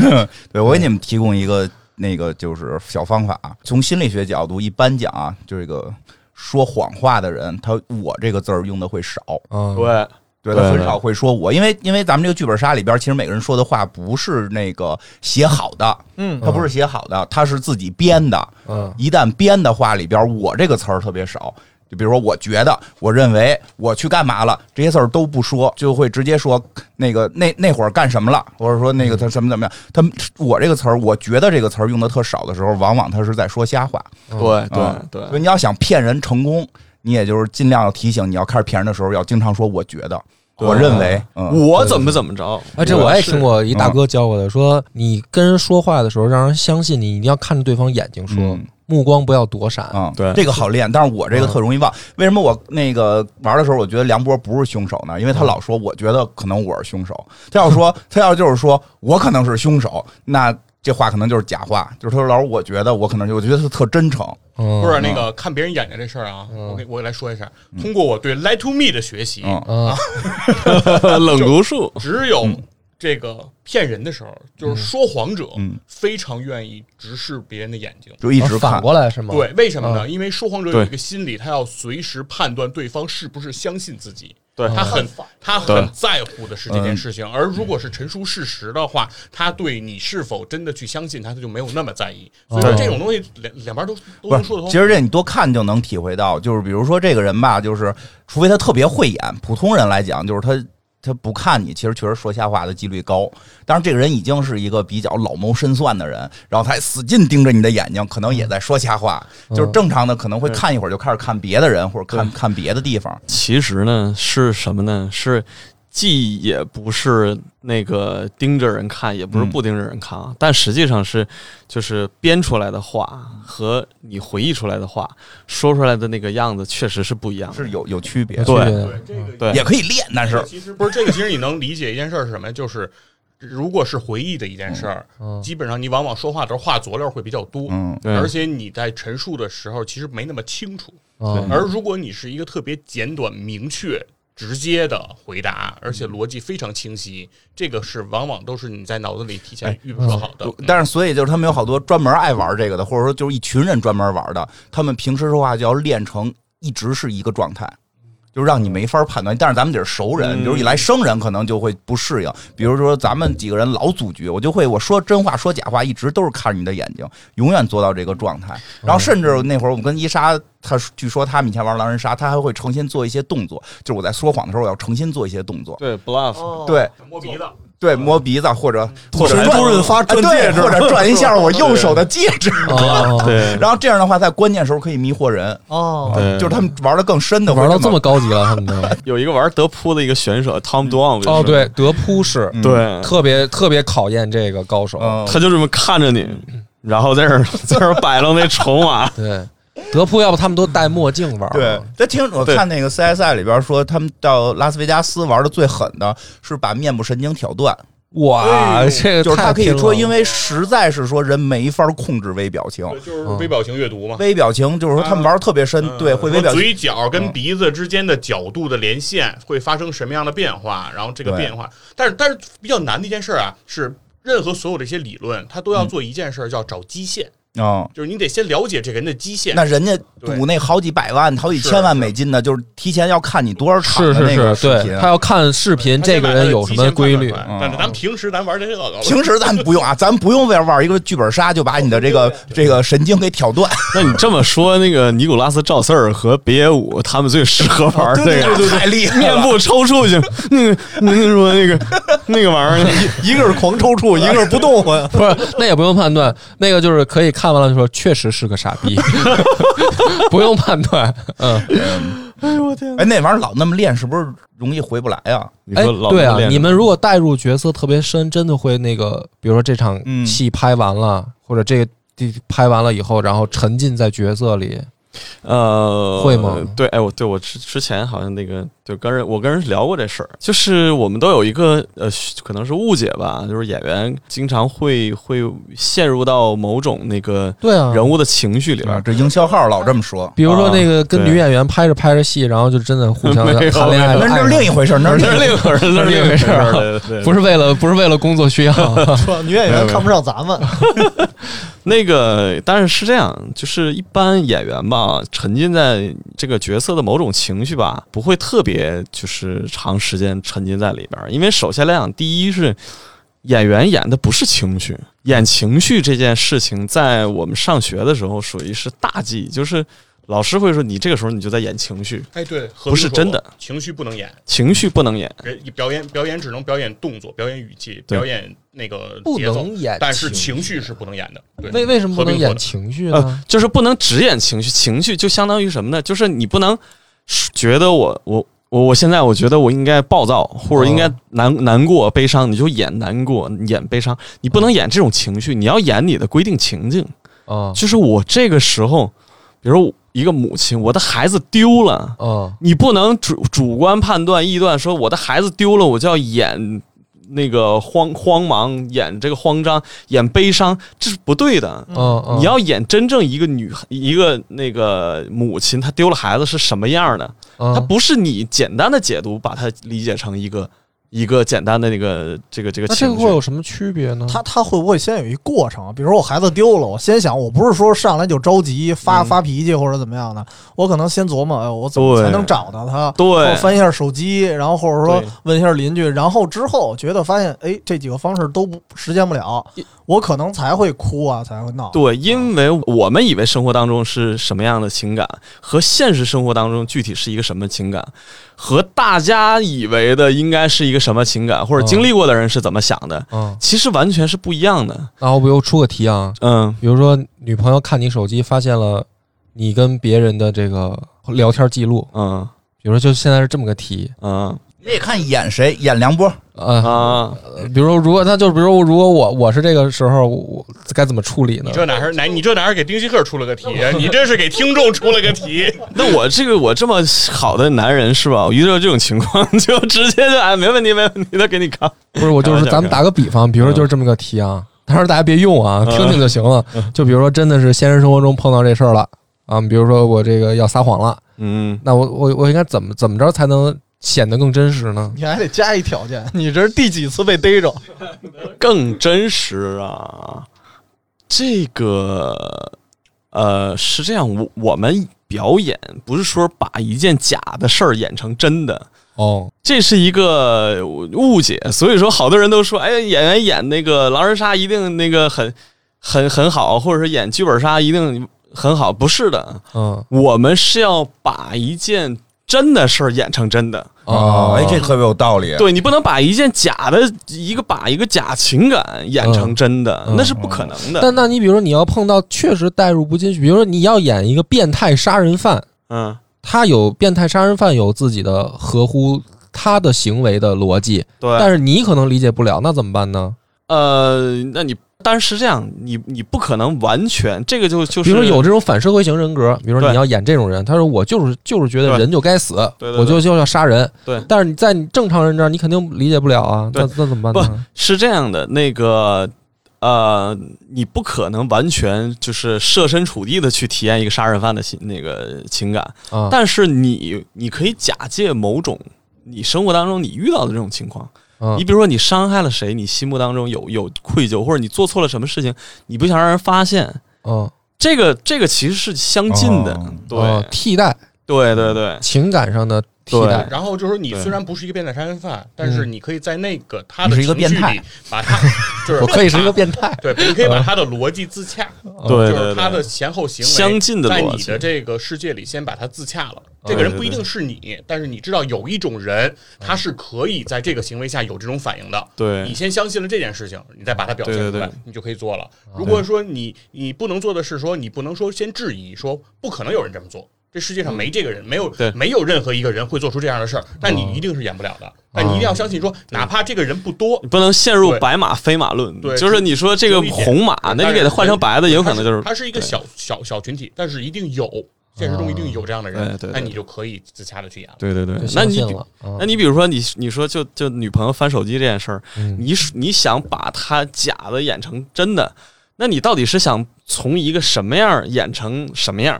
对我给你们提供一个那个就是小方法啊，从心理学角度，一般讲啊，就这个说谎话的人，他“我”这个字儿用的会少，啊，对，对对他很对少会说我，因为因为咱们这个剧本杀里边，其实每个人说的话不是那个写好的，嗯，他不是写好的，他是自己编的。嗯，一旦编的话里边，我这个词儿特别少。就比如说，我觉得，我认为，我去干嘛了，这些字儿都不说，就会直接说那个那那会儿干什么了，或者说那个他怎么怎么样。他们我这个词儿，我觉得这个词儿用的特少的时候，往往他是在说瞎话。对嗯对对所以你要想骗人成功，你也就是尽量要提醒，你要开始骗人的时候，要经常说我觉得，我认为，嗯，我怎么怎么着？啊，这我也是听。过一啊大哥教我的，说你跟人说话的时候，让人相信你，一定要看着对方眼睛说嗯，目光不要躲闪。嗯，对这个好练，但是我这个特容易忘。为什么我那个玩的时候，我觉得梁波不是凶手呢？因为他老说，我觉得可能我是凶手。他要说，他要就是说我可能是凶手，那这话可能就是假话。就是他说，老师，我觉得我可能，我觉得他特真诚。嗯，不是那个看别人眼睛这事儿啊，我给我给来说一下，通过我对 Lie to Me 的学习，嗯，嗯，冷读术，只有这个骗人的时候，就是说谎者嗯非常愿意直视别人的眼睛。就一直哦反看。过来是吗？对，为什么嗯呢？因为说谎者有对一个心理，他要随时判断对方是不是相信自己。 [LAUGHS] 对他很他很对在乎的是这件事情，而如果是陈述事实的话，他对你是否真的去相信他，他就没有那么在意。所以说对这种东西两两边都不都能是说得，通。其实这你多看就能体会到，就是比如说这个人吧，就是除非他特别慧眼，普通人来讲，就是他他不看你，其实确实说瞎话的几率高。但是这个人已经是一个比较老谋深算的人，然后他还死劲盯着你的眼睛，可能也在说瞎话。就是正常的可能会看一会儿就开始看别的人或者看看别的地方。其实呢是什么呢？是既也不是那个盯着人看，也不是嗯不盯着人看啊，但实际上是就是编出来的话和你回忆出来的话说出来的那个样子确实是不一样的。是有有区别，对啊对这个对也可以练，但是其实不是这个，其实你能理解一件事儿是什么？就是如果是回忆的一件事儿，嗯基本上你往往说话的时候话佐料会比较多，嗯对而且你在陈述的时候其实没那么清楚。嗯，而如果你是一个特别简短、明确、直接的回答，而且逻辑非常清晰，这个是往往都是你在脑子里提前预设好的。但是，所以就是他们有好多专门爱玩这个的，或者说就是一群人专门玩的，他们平时说话就要练成一直是一个状态，就让你没法判断。但是咱们得是熟人，比嗯如一来生人可能就会不适应。比如说咱们几个人老组局，我就会我说真话说假话，一直都是看着你的眼睛，永远做到这个状态。然后甚至那会儿我们跟伊莎，他据说他们以前玩狼人杀，他还会诚心做一些动作，就是我在说谎的时候，我要诚心做一些动作。对 bluff，、哦哦对摸鼻子，对，摸鼻子或者嗯或者神转周润发啊转对戒指或者转一下我右手的戒指。哦，对然后这样的话，在关键时候可以迷惑人，啊哦，对，就是他们玩的更深的，玩到会这么高级了，他们都有一个玩德扑的一个选手 Tom Dwan，哦，对，德扑是嗯对，特别特别考验这个高手，嗯，他就这么看着嗯你，然后在这儿在这儿摆弄那 [LAUGHS] 筹码，对，德扑要不他们都戴墨镜玩，对，他听我看那个 CSI 里边说，他们到拉斯维加斯玩的最狠的是把面部神经挑断，哎哇，这个就是他太可以拼了说，因为实在是说人没法控制微表情，对，就是微表情阅读嘛。微表情就是说他们玩得特别深，嗯对，会微表情说嘴角跟鼻子之间的角度的连线会发生什么样的变化？然后这个对变化，但是但是比较难的一件事儿啊，是任何所有的一些理论，它都要做一件事儿，叫找基线，啊。就是你得先了解这个人的基线。那人家赌那好几百万、好几千万是美金的，就是提前要看你多少场是的是那个是，视频对他要看视频，他这先把个他的人有什基线么判规断律，出来嗯但是咱们平时咱玩这些老高，平时咱们不用啊， [LAUGHS] 咱们不用为了玩一个剧本杀就把你的这个这个神经给挑断，那你这么说，那个尼古拉斯赵四儿和别野武他们最适合玩这个，太厉害面了。部抽搐型，那个那个说那个那个玩意儿，一个是狂抽搐，一个是不动魂不是，那也不用判断，那个就是可以看完了就说确实是个傻逼，不用判断。嗯，哎，那玩意儿老那么练，是不是容易回不来啊？你哎说老，对啊练，你们如果带入角色特别深，真的会那个，比如说这场嗯戏拍完了，或者这个地拍完了以后，然后沉浸在角色里，呃，会吗对，哎，我对我之之前好像那个就跟人我跟人聊过这事儿，就是我们都有一个呃，可能是误解吧，就是演员经常会会陷入到某种那个对啊，人物的情绪里边吧？，这营销号老这么说，比如说那个跟对女演员拍着拍着戏，然后就真的互相没有谈恋爱了，那是另一回事儿，那那是是另一另一回事儿， [LAUGHS] 那是另一回事儿，啊对对对不是为了不是为了工作需要，说女演员看不上咱们，那个，但是是这样，就是一般演员吧，沉浸在这个角色的某种情绪吧，不会特别就是长时间沉浸在里边儿，因为首先来讲，第一是演员演的不是情绪，演情绪这件事情，在我们上学的时候属于是大忌，就是老师会说你这个时候你就在演情绪，哎，对，何不冰是说真过的，情绪不能演，情绪不能演。人表演表演只能表演动作，表演语气，对表演那个不节奏能演但是情情绪是不能演的。对，为为什么不何能冰演说的情绪呃呢？，就是不能只演情绪，情绪就相当于什么呢？就是你不能觉得我我我我现在我觉得我应该暴躁，或者应该难、难过、悲伤，你就演难过、演悲伤，你不能演这种情绪，你要演你的规定情境，啊就是我这个时候，比如一个母亲，我的孩子丢了，啊你不能主主观判断、臆断，说我的孩子丢了，我就要演那个慌慌忙，演这个慌张，演悲伤，这是不对的。啊！你要演真正一个女一个那个母亲，她丢了孩子是什么样的？她他不是你简单的解读，把它理解成一个一个简单的那个这个这个那这个情会绪有。什么区别呢？他他会不会先有一过程？比如说我孩子丢了，我先想，我不是说上来就着急发、嗯发脾气或者怎么样的，我可能先琢磨，哎，我怎么对才能找到他？对我翻一下手机，然后或者说对问一下邻居，然后之后觉得发现，哎，这几个方式都不实现不了，我可能才会哭啊，才会闹。对，因为我们以为生活当中是什么样的情感，和现实生活当中具体是一个什么情感，和大家以为的应该是一个什么情感，或者嗯经历过的人是怎么想的，嗯，其实完全是不一样的。那我比如出个题啊，嗯，比如说女朋友看你手机，发现了你跟别人的这个聊天记录，嗯，比如说就现在是这么个题，嗯，你得看演谁，演梁波，啊，啊，比如说如果他就比如说如果我我是这个时候，我该怎么处理呢你？这哪是哪？你这哪是给丁西克出了 [LAUGHS] 个题？你这是给听众出了个题。 [LAUGHS] 那我这个我这么好的男人是吧？我遇到这种情况就直接就哎，没问题，没问题的给你看。不是，我就是咱们打个比方，比如说就是这么个题啊，当然大家别用啊，听听就行了。就比如说真的是现实生活中碰到这事儿了啊，比如说我这个要撒谎了，嗯，那我我我应该怎么怎么着才能显得更真实呢？你还得加一条件， [LAUGHS] 你这是第几次被逮着？更真实啊，这个呃是这样，我我们表演不是说把一件假的事儿演成真的，哦，这是一个误解，所以说好多人都说，哎，演员演那个狼人杀一定那个很很很好，或者是演剧本杀一定很好，不是的，嗯，我们是要把一件真的事儿演成真的。哦，哎，这特别有道理。对你不能把一件假的一个把一个假情感演成真的，嗯那是不可能的。但那你比如说你要碰到确实代入不进去，比如说你要演一个变态杀人犯，嗯，他有变态杀人犯有自己的合乎他的行为的逻辑，但对，是你可能理解不了，那怎么办呢？呃，那你但是这样，你你不可能完全这个就就是比如说有这种反社会型人格，比如说对你要演这种人，他说我就是就是觉得对人就该死，对对我就就要杀人。对但是你在你正常人这儿，你肯定理解不了啊，那对那怎么办呢？是这样的，那个呃，你不可能完全就是设身处地的去体验一个杀人犯的心那个情感，啊，但是你你可以假借某种你生活当中你遇到的这种情况，嗯你比如说你伤害了谁，你心目当中有有愧疚，或者你做错了什么事情，你不想让人发现。嗯，这个这个其实是相近的，哦对、啊替代对对对，情感上的替对代，然后就是你对虽然不是一个变态杀人犯，但是你可以在那个他嗯你的是一个情绪变态里把他 [LAUGHS] 就是我可以是一个变态。对，你可呃以把他的逻辑自洽，哦对就是对他的对，前后行为相近的在逻你辑的这个世界里先把它自洽了。这个对人对不一定是你，但是你知道有一种人，他是可以在这个行为下有这种反应的。你对先相信了这件事情，你再把它表现对对嗯出来对，你就可以做了。如果说你你不能做的是说，你不能说先质疑，说不可能有人这么做，这世界上没这个人，没有嗯对嗯没有任何一个人会做出这样的事儿，但你一定是演不了的。但你一定要相信说，哪怕这个人不多你，不能陷入对白马非马论，对就是你说这个就一点红马，那你给它换成白的，有可能就是它是一个对小小小群体，但是一定有。现实中一定有这样的人，啊对对对那你就可以自洽的去演了。对对对就，那相你信比了。啊嗯那你比如说你你说就就女朋友翻手机这件事儿，嗯你你想把它假的演成真的，那你到底是想从一个什么样儿演成什么样儿？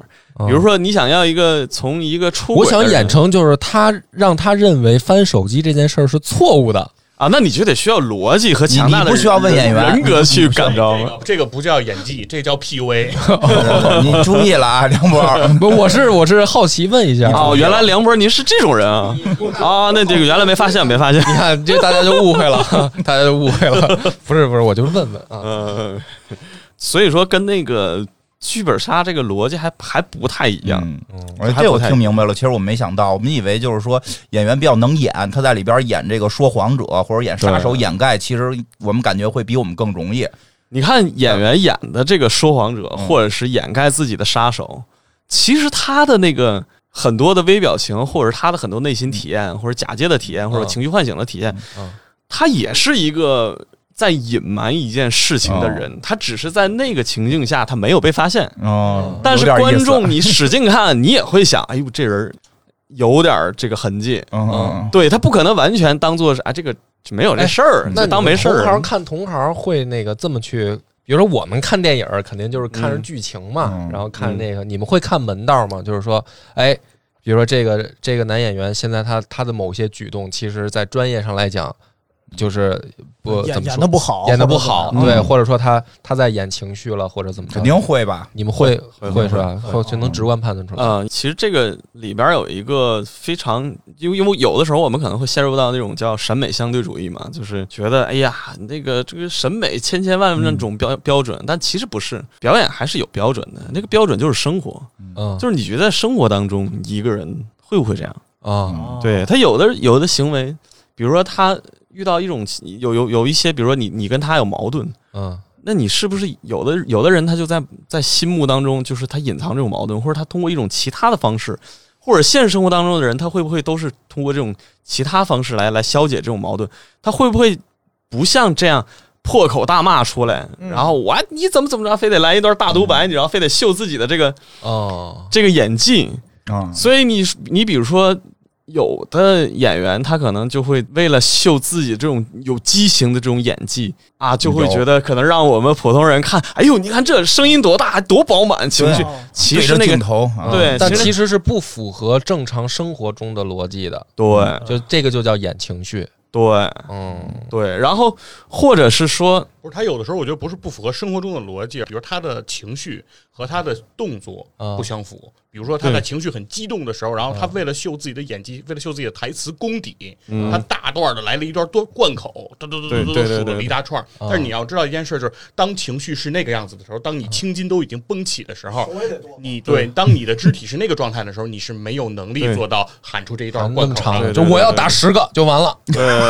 嗯比如说你想要一个从一个出轨我的人，想演成就是他让他认为翻手机这件事儿是错误的，啊，那你就得需要逻辑和你强大你的不需要问演员人格去感这召啊个吗？这个不叫演技，这叫 PUA。你注意了啊， [LAUGHS] 梁博，不，我是我是好奇问一下。啊哦，原来梁波您是这种人啊！啊，那这个原来没发现，没发现。 [LAUGHS] 你看，这大家就误会了，大家就误会了。不是不是，我就问问啊。呃，所以说跟那个剧本杀这个逻辑还还不太一样。嗯，还而不这我太听明白了，其实我没想到，我们以为就是说演员比较能演，他在里边演这个说谎者或者演杀手对掩盖，其实我们感觉会比我们更容易。你看演员演的这个说谎者，嗯或者是掩盖自己的杀手，其实他的那个很多的微表情，或者是他的很多内心嗯体验，或者假借的体验，或者情绪唤醒的体验嗯，他也是一个在隐瞒一件事情的人，他只是在那个情境下他没有被发现，哦嗯，但有是点意观思众，你使劲看，你也会想，哎呦，这人有点儿这个痕迹，嗯嗯哎对他不可能完全当做是啊，这个没有这事儿，那就当没事同儿行。看同行会那个这么去，比如说我们看电影儿肯定就是看着剧情嘛，嗯然后看那个、你们会看门道吗？就是说，哎，比如说这个这个男演员现在他他的某些举动，其实在专业上来讲，就是不演怎么演的说不好，演的不或者怎么好，样对，嗯或者说他他在演情绪了，或者怎么嗯，着肯定会吧。你们会会是吧？会会就能直观判断出来。呃，其实这个里边儿有一个非常，因为因为有的时候我们可能会陷入到那种叫审美相对主义嘛，就是觉得哎呀，那个这个审美千千万万种标标准，但其实不是，表演还是有标准的，那个标准就是生活，嗯，就是你觉得在生活当中一个人会不会这样？啊，对他有的有的行为，比如说他遇到一种有有有一些，比如说你你跟他有矛盾，嗯那你是不是有的有的人他就在在心目当中，就是他隐藏这种矛盾，或者他通过一种其他的方式，或者现实生活当中的人，他会不会都是通过这种其他方式来来消解这种矛盾？他会不会不像这样破口大骂出来，嗯然后我你怎么怎么着，非得来一段大独白，你然后非得秀自己的这个哦，这个演技？嗯，所以你你比如说，有的演员他可能就会为了秀自己这种有畸形的这种演技啊，就会觉得可能让我们普通人看，哎呦，你看这声音多大，多饱满情绪对。其实那对着镜个头，啊嗯对但其实其实是不符合正常生活中的逻辑的，对就这个就叫演情绪。对嗯，对，然后或者是说，不是他有的时候我觉得不是不符合生活中的逻辑，比如他的情绪和他的动作啊不相符。比如说他在对啊情绪很激动的时候，然后他为了秀自己的演技，为了秀自己的台词功底，嗯他大段的来了一段多贯口，嘟嘟嘟对嘟嘟对嘟对数了对对啊一大串儿。但是你要知道一件事，就是当情绪是那个样子的时候，当你青筋都已经绷起的时候，你对当你的肢体是那个状态的时候，你是没有能力对做到喊出这一段那贯么口长的的，对对就我要打十个就完了。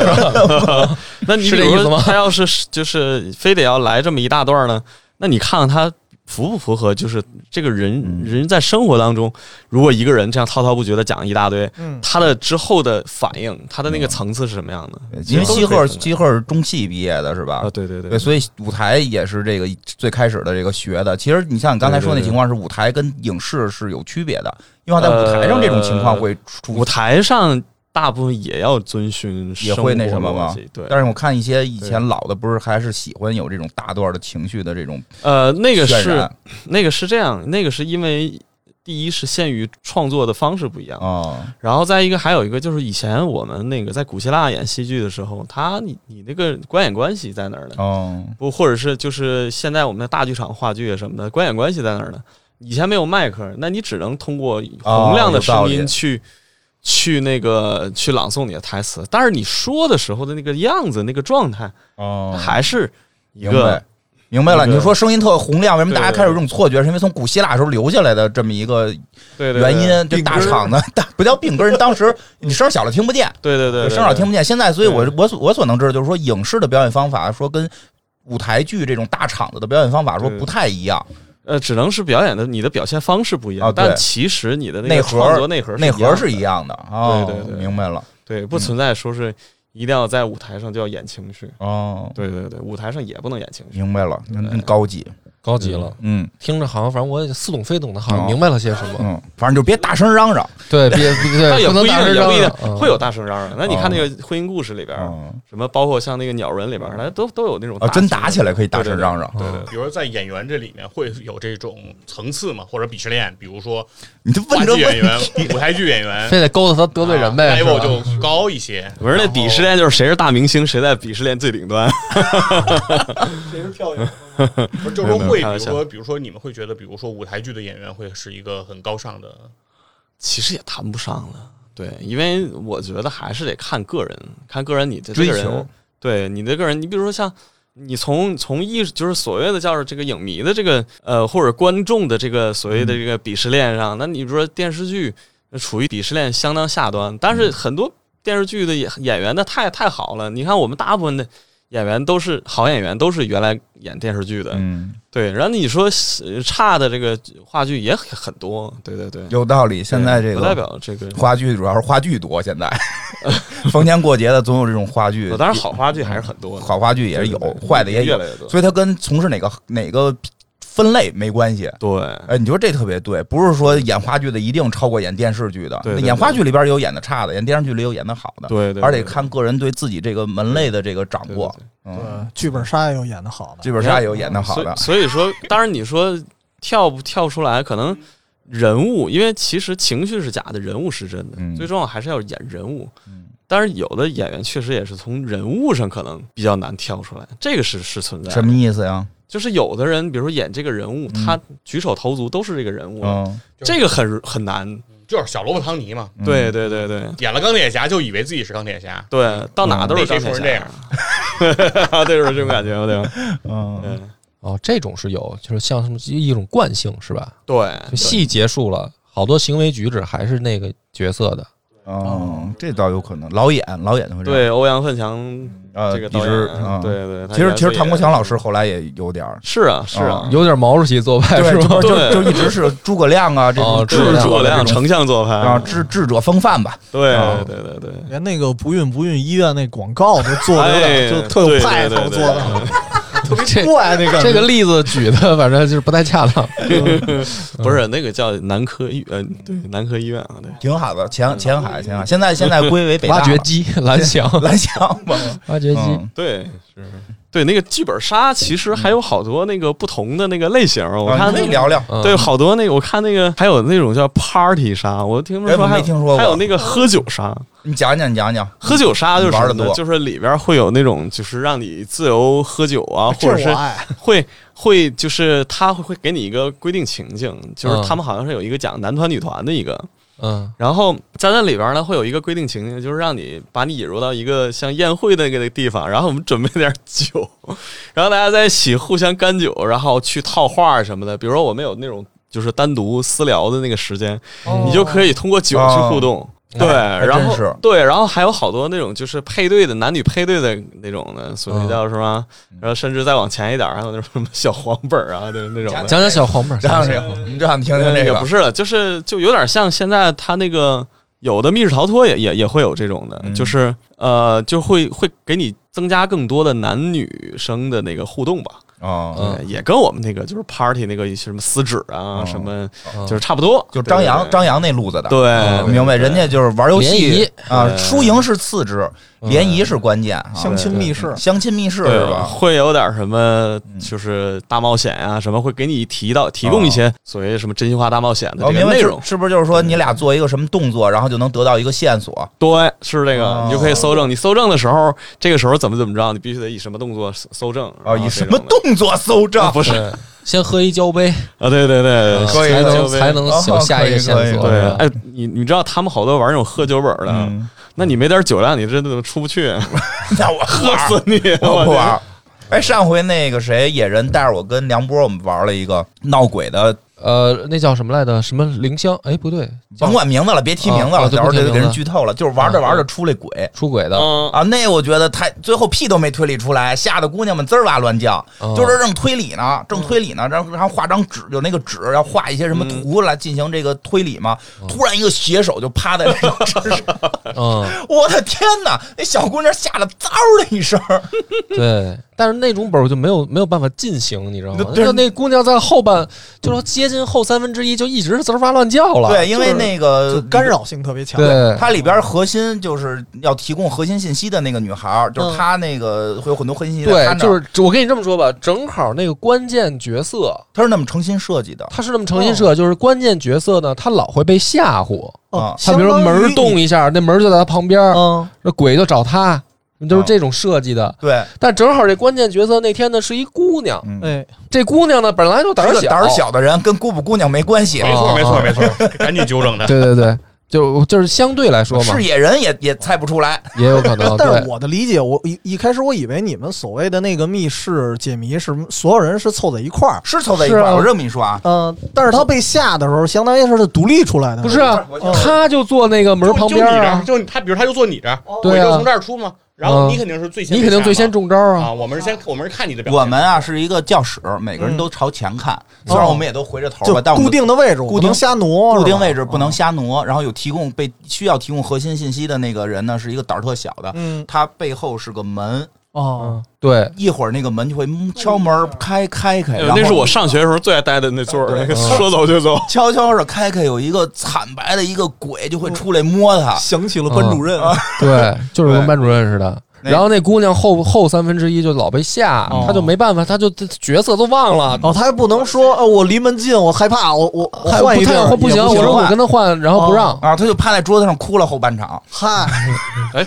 [LAUGHS] 那你是比这如意思说吗他要是就是非得要来这么一大段呢，那你看看他。符不符合？就是这个嗯人人在生活当中，如果一个人这样滔滔不绝的讲一大堆，嗯，他的之后的反应，他的那个层次是什么样的？因为其西实都是赫可以分的西赫是中戏毕业的是吧？啊，对对对，对，所以舞台也是这个最开始的这个学的。其实你像你刚才说那对对对情况，是舞台跟影视是有区别的，因为在舞台上这种情况会出。呃舞台上大部分也要遵循也会那什么吗生活逻辑对，但是我看一些以前老的，不是还是喜欢有这种大段的情绪的这种呃，那个渲是染那个是这样，那个是因为第一是限于创作的方式不一样，啊，然后再一个还有一个就是以前我们那个在古希腊演戏剧的时候，他你你那个观演关系在哪儿呢？哦，不，或者是就是现在我们的大剧场话剧什么的，观演关系在那儿呢。以前没有麦克，那你只能通过洪亮的声哦有道音理去、去那个去朗诵你的台词，但是你说的时候的那个样子、那个状态，哦还是一明白个。明白了，一个你说声音特洪亮，为什么对大家开始有这种错觉？是因为从古希腊时候留下来的这么一个对对对原因，这大厂子 [LAUGHS] 大不叫病根儿，当时你声儿小了听不见，对对对对，声儿小听不见。现在，所以我对我所我所能知道就是说，影视的表演方法说跟舞台剧这种大场子的表演方法说对不太一样，呃，只能是表演的你的表现方式不一样，啊对但其实你的那内个核创作内核内核是一一样样的哦，对对对明白了的，对，不存在说是一定要在舞台上就要演情绪，哦，对对对，舞台上也不能演情绪，明白了，那对真高级，高级了，嗯听着好像反正我也似懂非懂的，好像哦明白了些什么。嗯，反正就别大声嚷嚷。对，别但 [LAUGHS] 对，也不不能一大定，声也嚷不一嚷，定嗯会有大声嚷嚷。那你看那个婚姻故事里边，嗯什么包括像那个鸟人里边，它都都有那种啊，真打打起来可以大声嚷嚷。对对对，比如说在演员这里面会有这种层次嘛，或者鄙视链，比如说你就话问这剧演问员题，、舞台剧演 [LAUGHS] 员，非得勾搭他得罪人呗，啊是，level 吧就高 [LAUGHS] 一些。不是那然后鄙视链就是谁是大明星，谁在鄙视链最顶端。谁是跳远？不是就是说会，没有没有开比玩如笑说，比如说你们会觉得，比如说舞台剧的演员会是一个很高尚的，其实也谈不上了。对，因为我觉得还是得看个人，看个人你的这追个求人，对你这个人，你比如说像你从从艺术，就是所谓的叫这个影迷的这个呃或者观众的这个所谓的这个鄙视链上，那你比如说电视剧处于鄙视链相当下端，但是很多电视剧的演演员那太太好了，你看我们大部分的。演员都是好演员，都是原来演电视剧的，嗯，对。然后你说呃差的这个话剧也很很多，对对对。有道理。现在这不个代表这个 [LAUGHS] 话剧主要是话剧多，现在逢年过节的总有这种话剧 [LAUGHS] 呃，当然好话剧还是很多的，好话剧也是有对对，对坏的也越有来，越多。所以它跟从事哪个哪个分类没关系。对，哎，你说这特别对，不是说演话剧的一定超过演电视剧的，对对那演话剧里边也有演的差的，演电视剧里有演的好的，对对对而且看个人对自己这个门类的这个掌握，嗯，对，剧本杀也有演的好的，剧本杀也有演的好的，所以所以说，当然你说跳不跳出来，可能人物，因为其实情绪是假的，人物是真的，嗯最重要还是要演人物。嗯当然，有的演员确实也是从人物上可能比较难跳出来，这个是是存在的。什么嗯意思呀？就是有的人，比如说演这个人物，他举手投足都是这个人物，嗯，这个很很难。就是小萝卜汤尼嘛，嗯对对对对演了钢铁侠就以为自己是钢铁侠，对，到哪都是嗯钢那铁些侠熟人这样， [LAUGHS] 对，就是这种感觉，对吧？嗯，嗯，哦，这种是有，就是像什么一种惯性是吧？对，就戏结束了，好多行为举止还是那个角色的。哦嗯，这倒有可能，老演老演就会这样，对，欧阳奋强呃，这个一导演，啊直嗯对对，他其实原其实作唐也国强老师后来也有点 [LAUGHS] 儿，是啊是啊嗯，有点毛主席做派对，是就吧？就对 [LAUGHS] 就一直是诸葛亮啊这哦种智诸葛亮者亮这种丞相做啊派，智智者风范吧，对啊对对对，连那个不孕不孕医院那广告都做啊的有哎，点就特有对派头对对做的， [LAUGHS] 对特别这怪那个这个例子举的反正就是不太恰当。 [LAUGHS] 不是那个叫南科医，呃，对，南科医院啊，对，挺好的，前前海前海，现在现在归为北大挖了掘机、蓝翔、蓝翔 [LAUGHS] 吧，挖掘机，嗯对是。对，那个剧本杀其实还有好多那个不同的那个类型，我啊看你可那以个聊聊。嗯对，好多那个我看那个还有那种叫 party 杀，我听哎说我还没有听说还过有那个喝酒杀，你讲讲，你讲讲，喝酒杀就是玩得什么多呢就是里边会有那种就是让你自由喝酒啊，哎这或者是我爱，会会就是他会会给你一个规定情境，就是嗯他们好像是有一个讲男团女团的一个，嗯，然后在那里边呢会有一个规定情境，就是让你把你引入到一个像宴会的那个地方，然后我们准备点酒， [LAUGHS] 然后大家在一起互相干酒，然后去套话什么的。比如说我们有那种就是单独私聊的那个时间，你就可以通过酒去互动。对，哦还真然后是对，然后还有好多那种就是配对的男女配对的那种的，所哦谓叫什么，然后甚至再往前一点，还有那种什么小黄本儿啊，对那种的。讲讲小黄本儿，讲讲讲讲这个，你让你听听这嗯也个不，是了，就是就有点像现在他那个有的密室逃脱也也也会有这种的，嗯就是呃就会会给你增加更多的男女生的那个互动吧，啊，嗯对也跟我们那个就是 party 那个什么撕纸啊、嗯什么嗯就是差不多，就张扬对张扬那路子的，嗯对，对明白，人家就是玩游联谊戏啊，对输赢是次之，嗯联谊是关键啊，相亲密室，相亲密室对是吧？嗯会有点什么，就是大冒险啊，什么会给你提到提供一些所谓什么真心话大冒险的我哦这明个白内是容，是不是就是说你俩做一个什么动作，然后就能得到一个线索？对，是这个哦，你就可以搜证。你搜证的时候，这个时候怎么怎么着，你必须得以什么动作搜搜证然啊，后以这什种么的动作搜证？不是对，先喝一交杯，啊？对对对，嗯对可以才交能杯才能有下一个线哦索。啊可以可以对是吧，哎，你你知道他们好多玩那种喝酒本的，嗯，那你没点酒量，你真的出不去，那我喝死你！嗯我不天玩。哎，上回那个谁野人带着我跟梁波，我们玩了一个闹鬼的哦呃，那叫什么来着？什么灵香？哎，不对，甭管名字了，别提名字啊了，啊对到时候就不提名字啊给人剧透了。就是玩着玩着出来鬼出轨的，嗯， [LAUGHS] 啊，那我觉得太最后屁都没推理出来，吓得姑娘们滋儿哇乱叫。啊就是正推理呢，正推理呢，然后然后画张纸，有那个纸要画一些什么图来进行这个推理嘛。突然一个血手就趴在那张纸上， [LAUGHS] 嗯，我的天哪！那小姑娘吓得嗖的一声，对。但是那种本儿我就没有没有办法进行，你知道吗？对就那姑娘在后半，就说接近后三分之一，就一直滋儿哇乱叫了。对，因为就是那个就干扰性特别强。对，它里边核心就是要提供核心信息的那个女孩儿，就是她那个会有很多核心信息在她那对，儿。就是我跟你这么说吧，正好那个关键角色，她是那么诚心设计的他是那么诚心设，就是关键角色呢，他老会被吓唬。啊哦，他比如说相门当于儿你动，一下，那门儿就在他旁边儿，嗯，那鬼就找他，就是啊这种设计的。对，但正好这关键角色那天呢是一姑娘，嗯哎，这姑娘呢本来就胆儿是个小，胆儿。小的人跟姑不姑娘没关系。没错啊没错没错， [LAUGHS] 赶紧 [LAUGHS] 纠正他。对对对，就就是相对来说嘛是，野人也也猜不出来，也有可能。 [LAUGHS] 但对是我的理解，我一一开始我以为你们所谓的那个密室解谜是所有人是凑在一块儿，是凑在一块是啊儿。我这么一说啊，嗯、但是他被吓的时候，相当于是独立出来的，不是啊我，就他就坐那个门就儿旁就边你儿这儿啊，就你他，比如他就坐你这儿，哦我对啊嗯就从这儿出嘛。然后你肯定是最先被你肯吓嘛，定最先中招啊。啊！我们是先我们是看你的表情，我们啊是一个教室，每个人都朝前看，虽然我们也都回着头嗯哦就吧，但我固们定的位置，我固不定能瞎挪，固定是吧位置不能瞎挪。然后有提供被需要提供核心信息的那个人呢，是一个胆儿特小的，嗯他背后是个门，哦，对，一会儿那个门就会嗯敲门儿开开开，然后哎那是我上学的时候最爱待的那座儿，那个嗯说走就走。悄悄的开开，有一个惨白的一个鬼就会出来摸他。想起了班嗯主任，对，就是跟对班主任似的。那然后那姑娘后后三分之一就老被吓，哦她就没办法，她就她角色都忘了。哦，他还不能说，呃，我离门近，我害怕，我我我还换一不地太儿不行，也我行说我啊跟她换，然后不让。啊，他就趴在桌子上哭了后半场。嗨， [LAUGHS] 哎，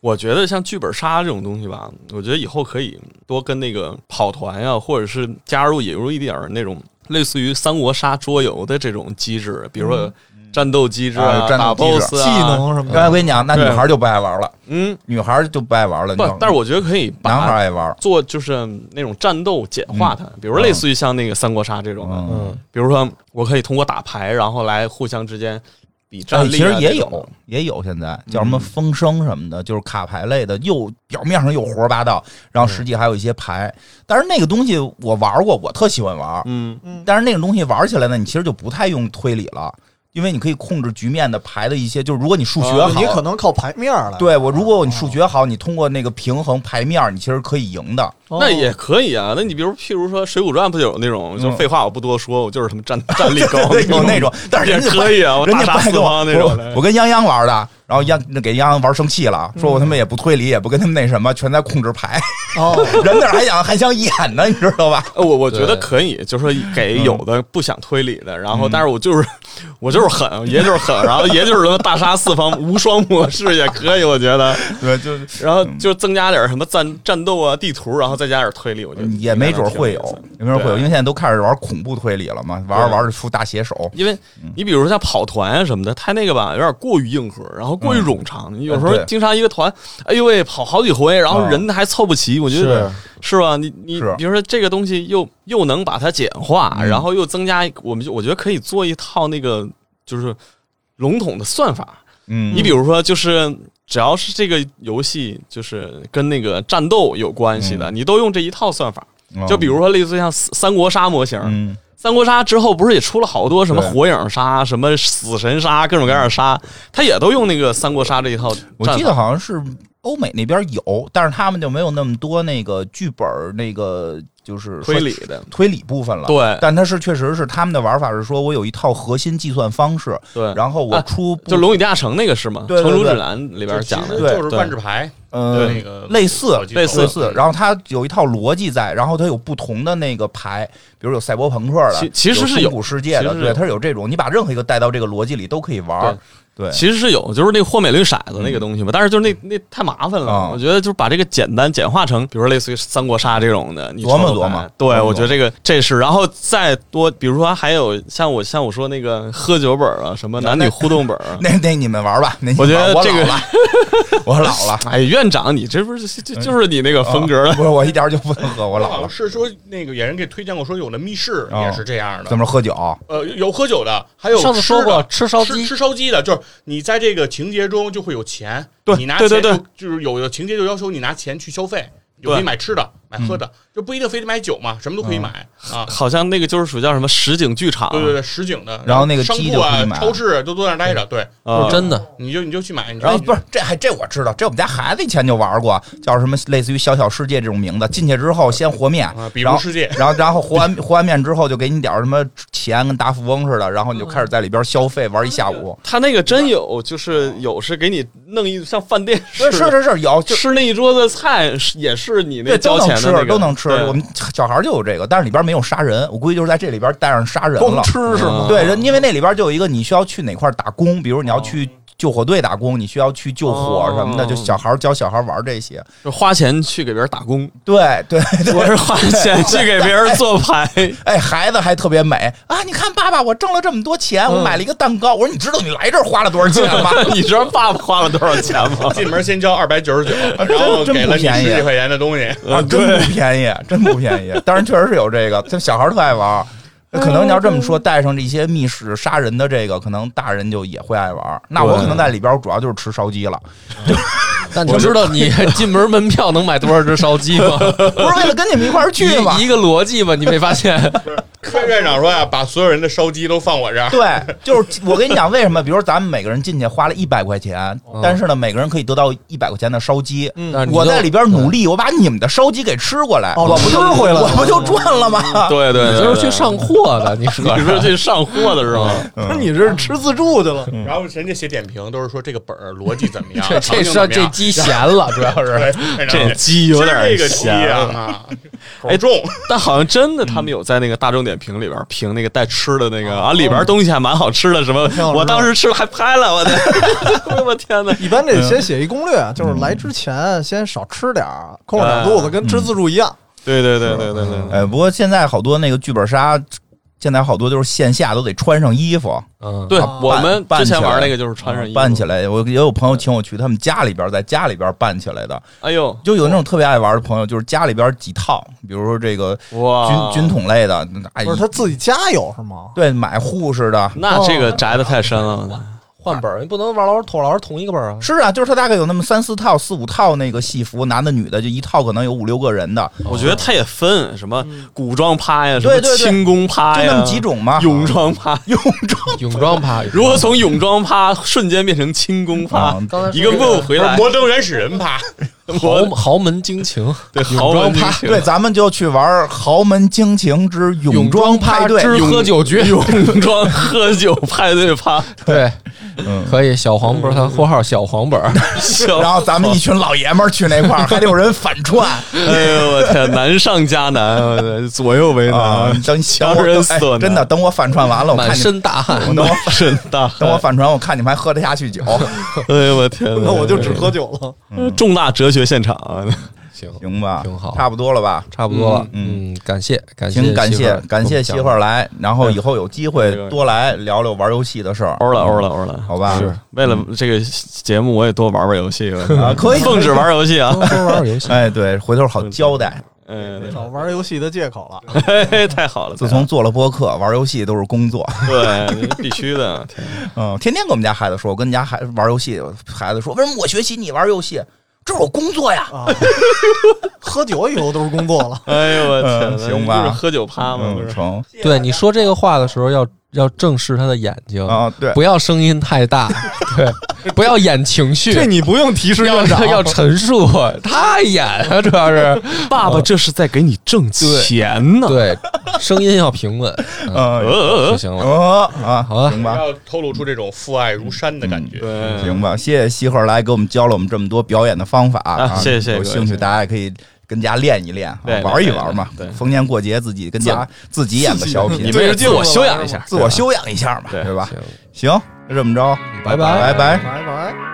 我觉得像剧本杀这种东西吧，我觉得以后可以多跟那个跑团呀、或者是加入引入一点儿那种类似于三国杀桌游的这种机制，比如说战斗机制啊有战打斗机制 BOSS 啊技能什么刚才的哎我，跟你讲，那女对孩就不爱玩了，嗯，女孩就不爱玩了。不你知道，但是我觉得可以男孩把爱玩。做就是那种战斗简化它，比如类似于像那个三国杀这种的，嗯，嗯，比如说我可以通过打牌，然后来互相之间比战哎力、啊其实也这种嗯有，也有现在叫什么风声什么的，就是卡牌类的，又表面上又胡说八道，嗯然后实际还有一些牌。但是那个东西我玩过，我特喜欢玩。嗯，但是那种东西玩起来呢，你其实就不太用推理了，因为你可以控制局面的牌的一些，就是如果你数学哦好，你可能靠牌面儿来，对我，如果你数学好，你通过那个平衡牌面儿，你其实可以赢的。哦，那也可以啊。那你比如，譬如说《水浒传》，不就有那种，就是废话我不多说，我就是什么战战力高，嗯 [LAUGHS] 有那种，但是也人家不可以啊，我人大家杀不爱四跟我方那种我的。我跟泱泱玩的，然后泱给泱泱玩生气了，说我嗯他妈也不推理，也不跟他们那什么，全在控制牌。哦， [LAUGHS] 人那儿还想还想演呢，你知道吧？呃我我觉得可以，就是说给有的不想推理的，嗯然后但是我就是我就是狠，爷就是狠，然后爷就是什么大杀四方无双模式也可以，我觉得，对，就是然后就增加点什么战战斗啊、地图，然后再加点推理，我觉得嗯也没准儿会挺有意有思的，也没准儿会有，对因为现在都开始玩恐怖推理了嘛，玩着对玩着出大写手。因为嗯你比如说像跑团啊什么的，它那个吧有点过于硬核，然后过于冗长。你有时候嗯对经常一个团，哎呦喂，跑好几回，然后啊人还凑不齐，我觉得是吧？你你是比如说这个东西又又能把它简化，嗯然后又增加，我们就我觉得可以做一套那个就是笼统的算法。嗯，你比如说就是。只要是这个游戏就是跟那个战斗有关系的，你都用这一套算法。嗯就比如，说类似像三三国杀模型，嗯，三国杀之后不是也出了好多什么对嗯火影杀、什么死神杀、各种各样的杀，他也都用那个三国杀这一套战法。我记得好像是欧美那边有，但是他们就没有那么多那个剧本儿那个就是推理的，推理部分了。对但它是确实是他们的玩法是说我有一套核心计算方式，对，然后我啊出部、就《龙与地下城》那个是吗？对对城主对指南》里边讲就的其对实就是万智牌呃的那个类似小技巧类类似，然后它有一套逻辑在，然后它有不同的那个牌，比如有赛博朋克的，其其实是有有中古世界其的，实是有对，它是有这种，你把任何一个带到这个逻辑里都可以玩对。对，其实是有，就是那个和美绿骰子那个东西嘛，但是就是那那太麻烦了，啊我觉得就是把这个简单简化成，比如说类似于三国杀这种的，你琢磨抄琢牌磨对，嗯我觉得这个这是，然后再多，比如说还有像我像我说那个喝酒本啊，什么男女互动本啊，那那你们玩吧， [LAUGHS] 那你我觉玩得我这个老了，我老了，哎，院长你这不是这就是你那个风格啊了，不是我一点儿就不能喝，我我老好了像。是说那个演员给推荐过，说有的密室哦也是这样的，怎么喝酒？呃，有喝酒的，还有上次说过吃吃的烧鸡吃吃烧鸡的，就是你在这个情节中就会有钱，对你拿对钱对对就就是有的情节就要求你拿钱去消费，有对可以买吃的、买喝嗯的，就不一定非得买酒嘛，什么都可以买啊。好像那个就是属于叫什么实景剧场，对对对，实景的，然后那个商鸡铺就可啊以、买超市都都在那儿待着，对，啊是真的，你就你就去买，你就然后不是这还这我知道，这我们家孩子以前就玩过，叫什么类似于“小小世界”这种名字。进去之后先和面啊，，比然如后世界，然后然后和完和完面之后就给你点儿什么钱，跟大富翁似的，然后你就开始在里边消费玩一下午。他那个真有，就是有是给你弄一像饭店似是的，是是是有就。吃那一桌子菜是也是你那对，都交能钱吃的、那个，，都能吃。对我们小孩就有这个，但是里边没有杀人，我估计就是在这里边带上杀人光了。吃是吗？嗯对，人因为那里边就有一个你需要去哪块儿打工，比如你要去救火队打工，你需要去救火什么的，哦就小孩儿教小孩儿玩这些。就花钱去给别人打工，对对 [LAUGHS] 对，我是花钱去给别人做 [LAUGHS] 牌，哎，孩子还特别美啊！你看爸爸，我挣了这么多钱，嗯我买了一个蛋糕。我说你知道你来这儿花了多少钱吗？ [LAUGHS] 你知道爸爸花了多少钱 [LAUGHS] 吗？进门先交二百九十九，然后啊真给了不你便宜十几块钱 [LAUGHS] 的东西，啊，真不便宜，真不便宜。当然确实是有这个，这小孩儿特爱玩儿。可能你要这么说，带上这些密室杀人的这个，可能大人就也会爱玩儿。那我可能在里边儿主要就是吃烧鸡了。但你知道 [LAUGHS] 你进门门票能买多少只烧鸡吗？不是为了跟你们一块儿去吗一？一个逻辑吧，你没发现？院院长说呀，把所有人的烧鸡都放我这 [LAUGHS] 儿，对，就是我跟你讲为什么，比如咱们每个人进去花了一百块钱，但是呢，每个人可以得到一百块钱的烧鸡。但是你我就在里边努力，我把你们的烧鸡给吃过来，哦我不就吃回来了我不就赚了吗？嗯对对你对，就是去上货的，你说对，你是去上货的是吗？不是你这是吃自助去了，然后人家写点评都是说这个本儿逻辑怎么样，这场这景怎烧这鸡咸么样了， [LAUGHS] 主要是。对这这鸡有点这个鸡咸了，啊，口重。但好像真的他嗯们有在那个大众点评里边评那个带吃的那个哦啊，里边东西还蛮好吃的，什么好吃的我当时吃了还拍 [LAUGHS] 了，我的，哎呦我天哪！一般得先写一攻嗯略，啊就是来之前先少吃点儿，空着点肚子，跟吃自助一样。对对对对对对， [LAUGHS] 哎，不过现在好多那个剧本杀，现在好多都是线下都得穿上衣服，嗯，对啊我们扮之前哦起来哦玩那个就是穿上衣服办起，来。啊我也有朋友请我去他们家里边，在家里边办起来的，哎呦就有那种特别爱玩的朋友，就是家里边几套，比如说这个哇，军军统类的，哎嗯不，是他自己家有是吗？对，买护士的，那这哦个宅的太深了，换本儿，你不能玩老师同老师同一个本儿啊。是啊，就是他大概有那么三四套、四五套那个戏服，男的女的，就一套可能有五六个人的，我觉得他也分什么古装趴呀，什嗯对么对对轻功趴就呀，那么几种嘛。泳装 [LAUGHS] 趴。泳装趴，如何从泳装趴瞬间变成轻功趴？嗯刚才说一个这 move 回 [LAUGHS] 来，摩登原始人趴，我豪豪门惊情，对泳豪门装趴惊情对，咱们就去玩豪门惊情之泳泳装装派趴对。之喝酒局，泳装喝酒派对趴，对，嗯可以小黄本儿，他括号小黄本儿，笑然后咱们一群老爷们儿去那块儿，还得有人反串哎呦我天，难上加难，我的左右 [LAUGHS] 为啊难，！等强我人哎所难真的，等我反串完了，我看 [LAUGHS] 满你们，身大汗。等我真大汗，等我反串，我看你们还喝得下去 [LAUGHS] 酒。哎呦我天哪，那我就只喝酒了。重大哲学现场啊！嗯行，行吧，挺好差不多了吧？差不多了，嗯嗯，感谢感谢挺感媳妇谢儿嗯感谢媳妇儿来，然后以后有机会这个多来聊聊玩游戏的事儿。欧了欧了欧了，好吧嗯是为了这个节目，我也多玩玩游戏了啊可以 [LAUGHS] 奉旨玩游戏啊跟！我们讲多玩玩游戏，哎，对，回头好交代。嗯， [LAUGHS] 找玩游戏的借口了。嘿嘿哎太好了，自啊从做了播客，玩游戏都是工作。 [LAUGHS] 对必须的，天嗯，天天跟我们家孩子说，我跟你家孩子玩游戏，孩子说为什么我学习你玩游戏？这是我工作呀。 [LAUGHS] 啊，喝酒以后都是工作了。哎呦我嗯天，行吧不是喝酒趴吗？不嗯，是，成对你说这个话的时候要要正视他的眼睛，啊，对，嗯不要声音太大， [LAUGHS] 对，不要演情绪，你不用提示要要陈述，他演啊，主要是嗯爸爸这是在给你挣钱呢。对声音要平稳，嗯，呃就行了。呃啊，好啊行不吧，要透露出这种父爱如山的感觉。对，行吧，谢谢西河来给我们教了我们这么多表演的方法啊谢谢谢谢有各位兴趣大家也可以。跟家练一练啊，对对玩一玩嘛对对。对逢年过节自己跟家自己演个小品你，们也自我修养一下，自我修养一下嘛，对对吧？行行，那这么着，拜拜拜。拜拜。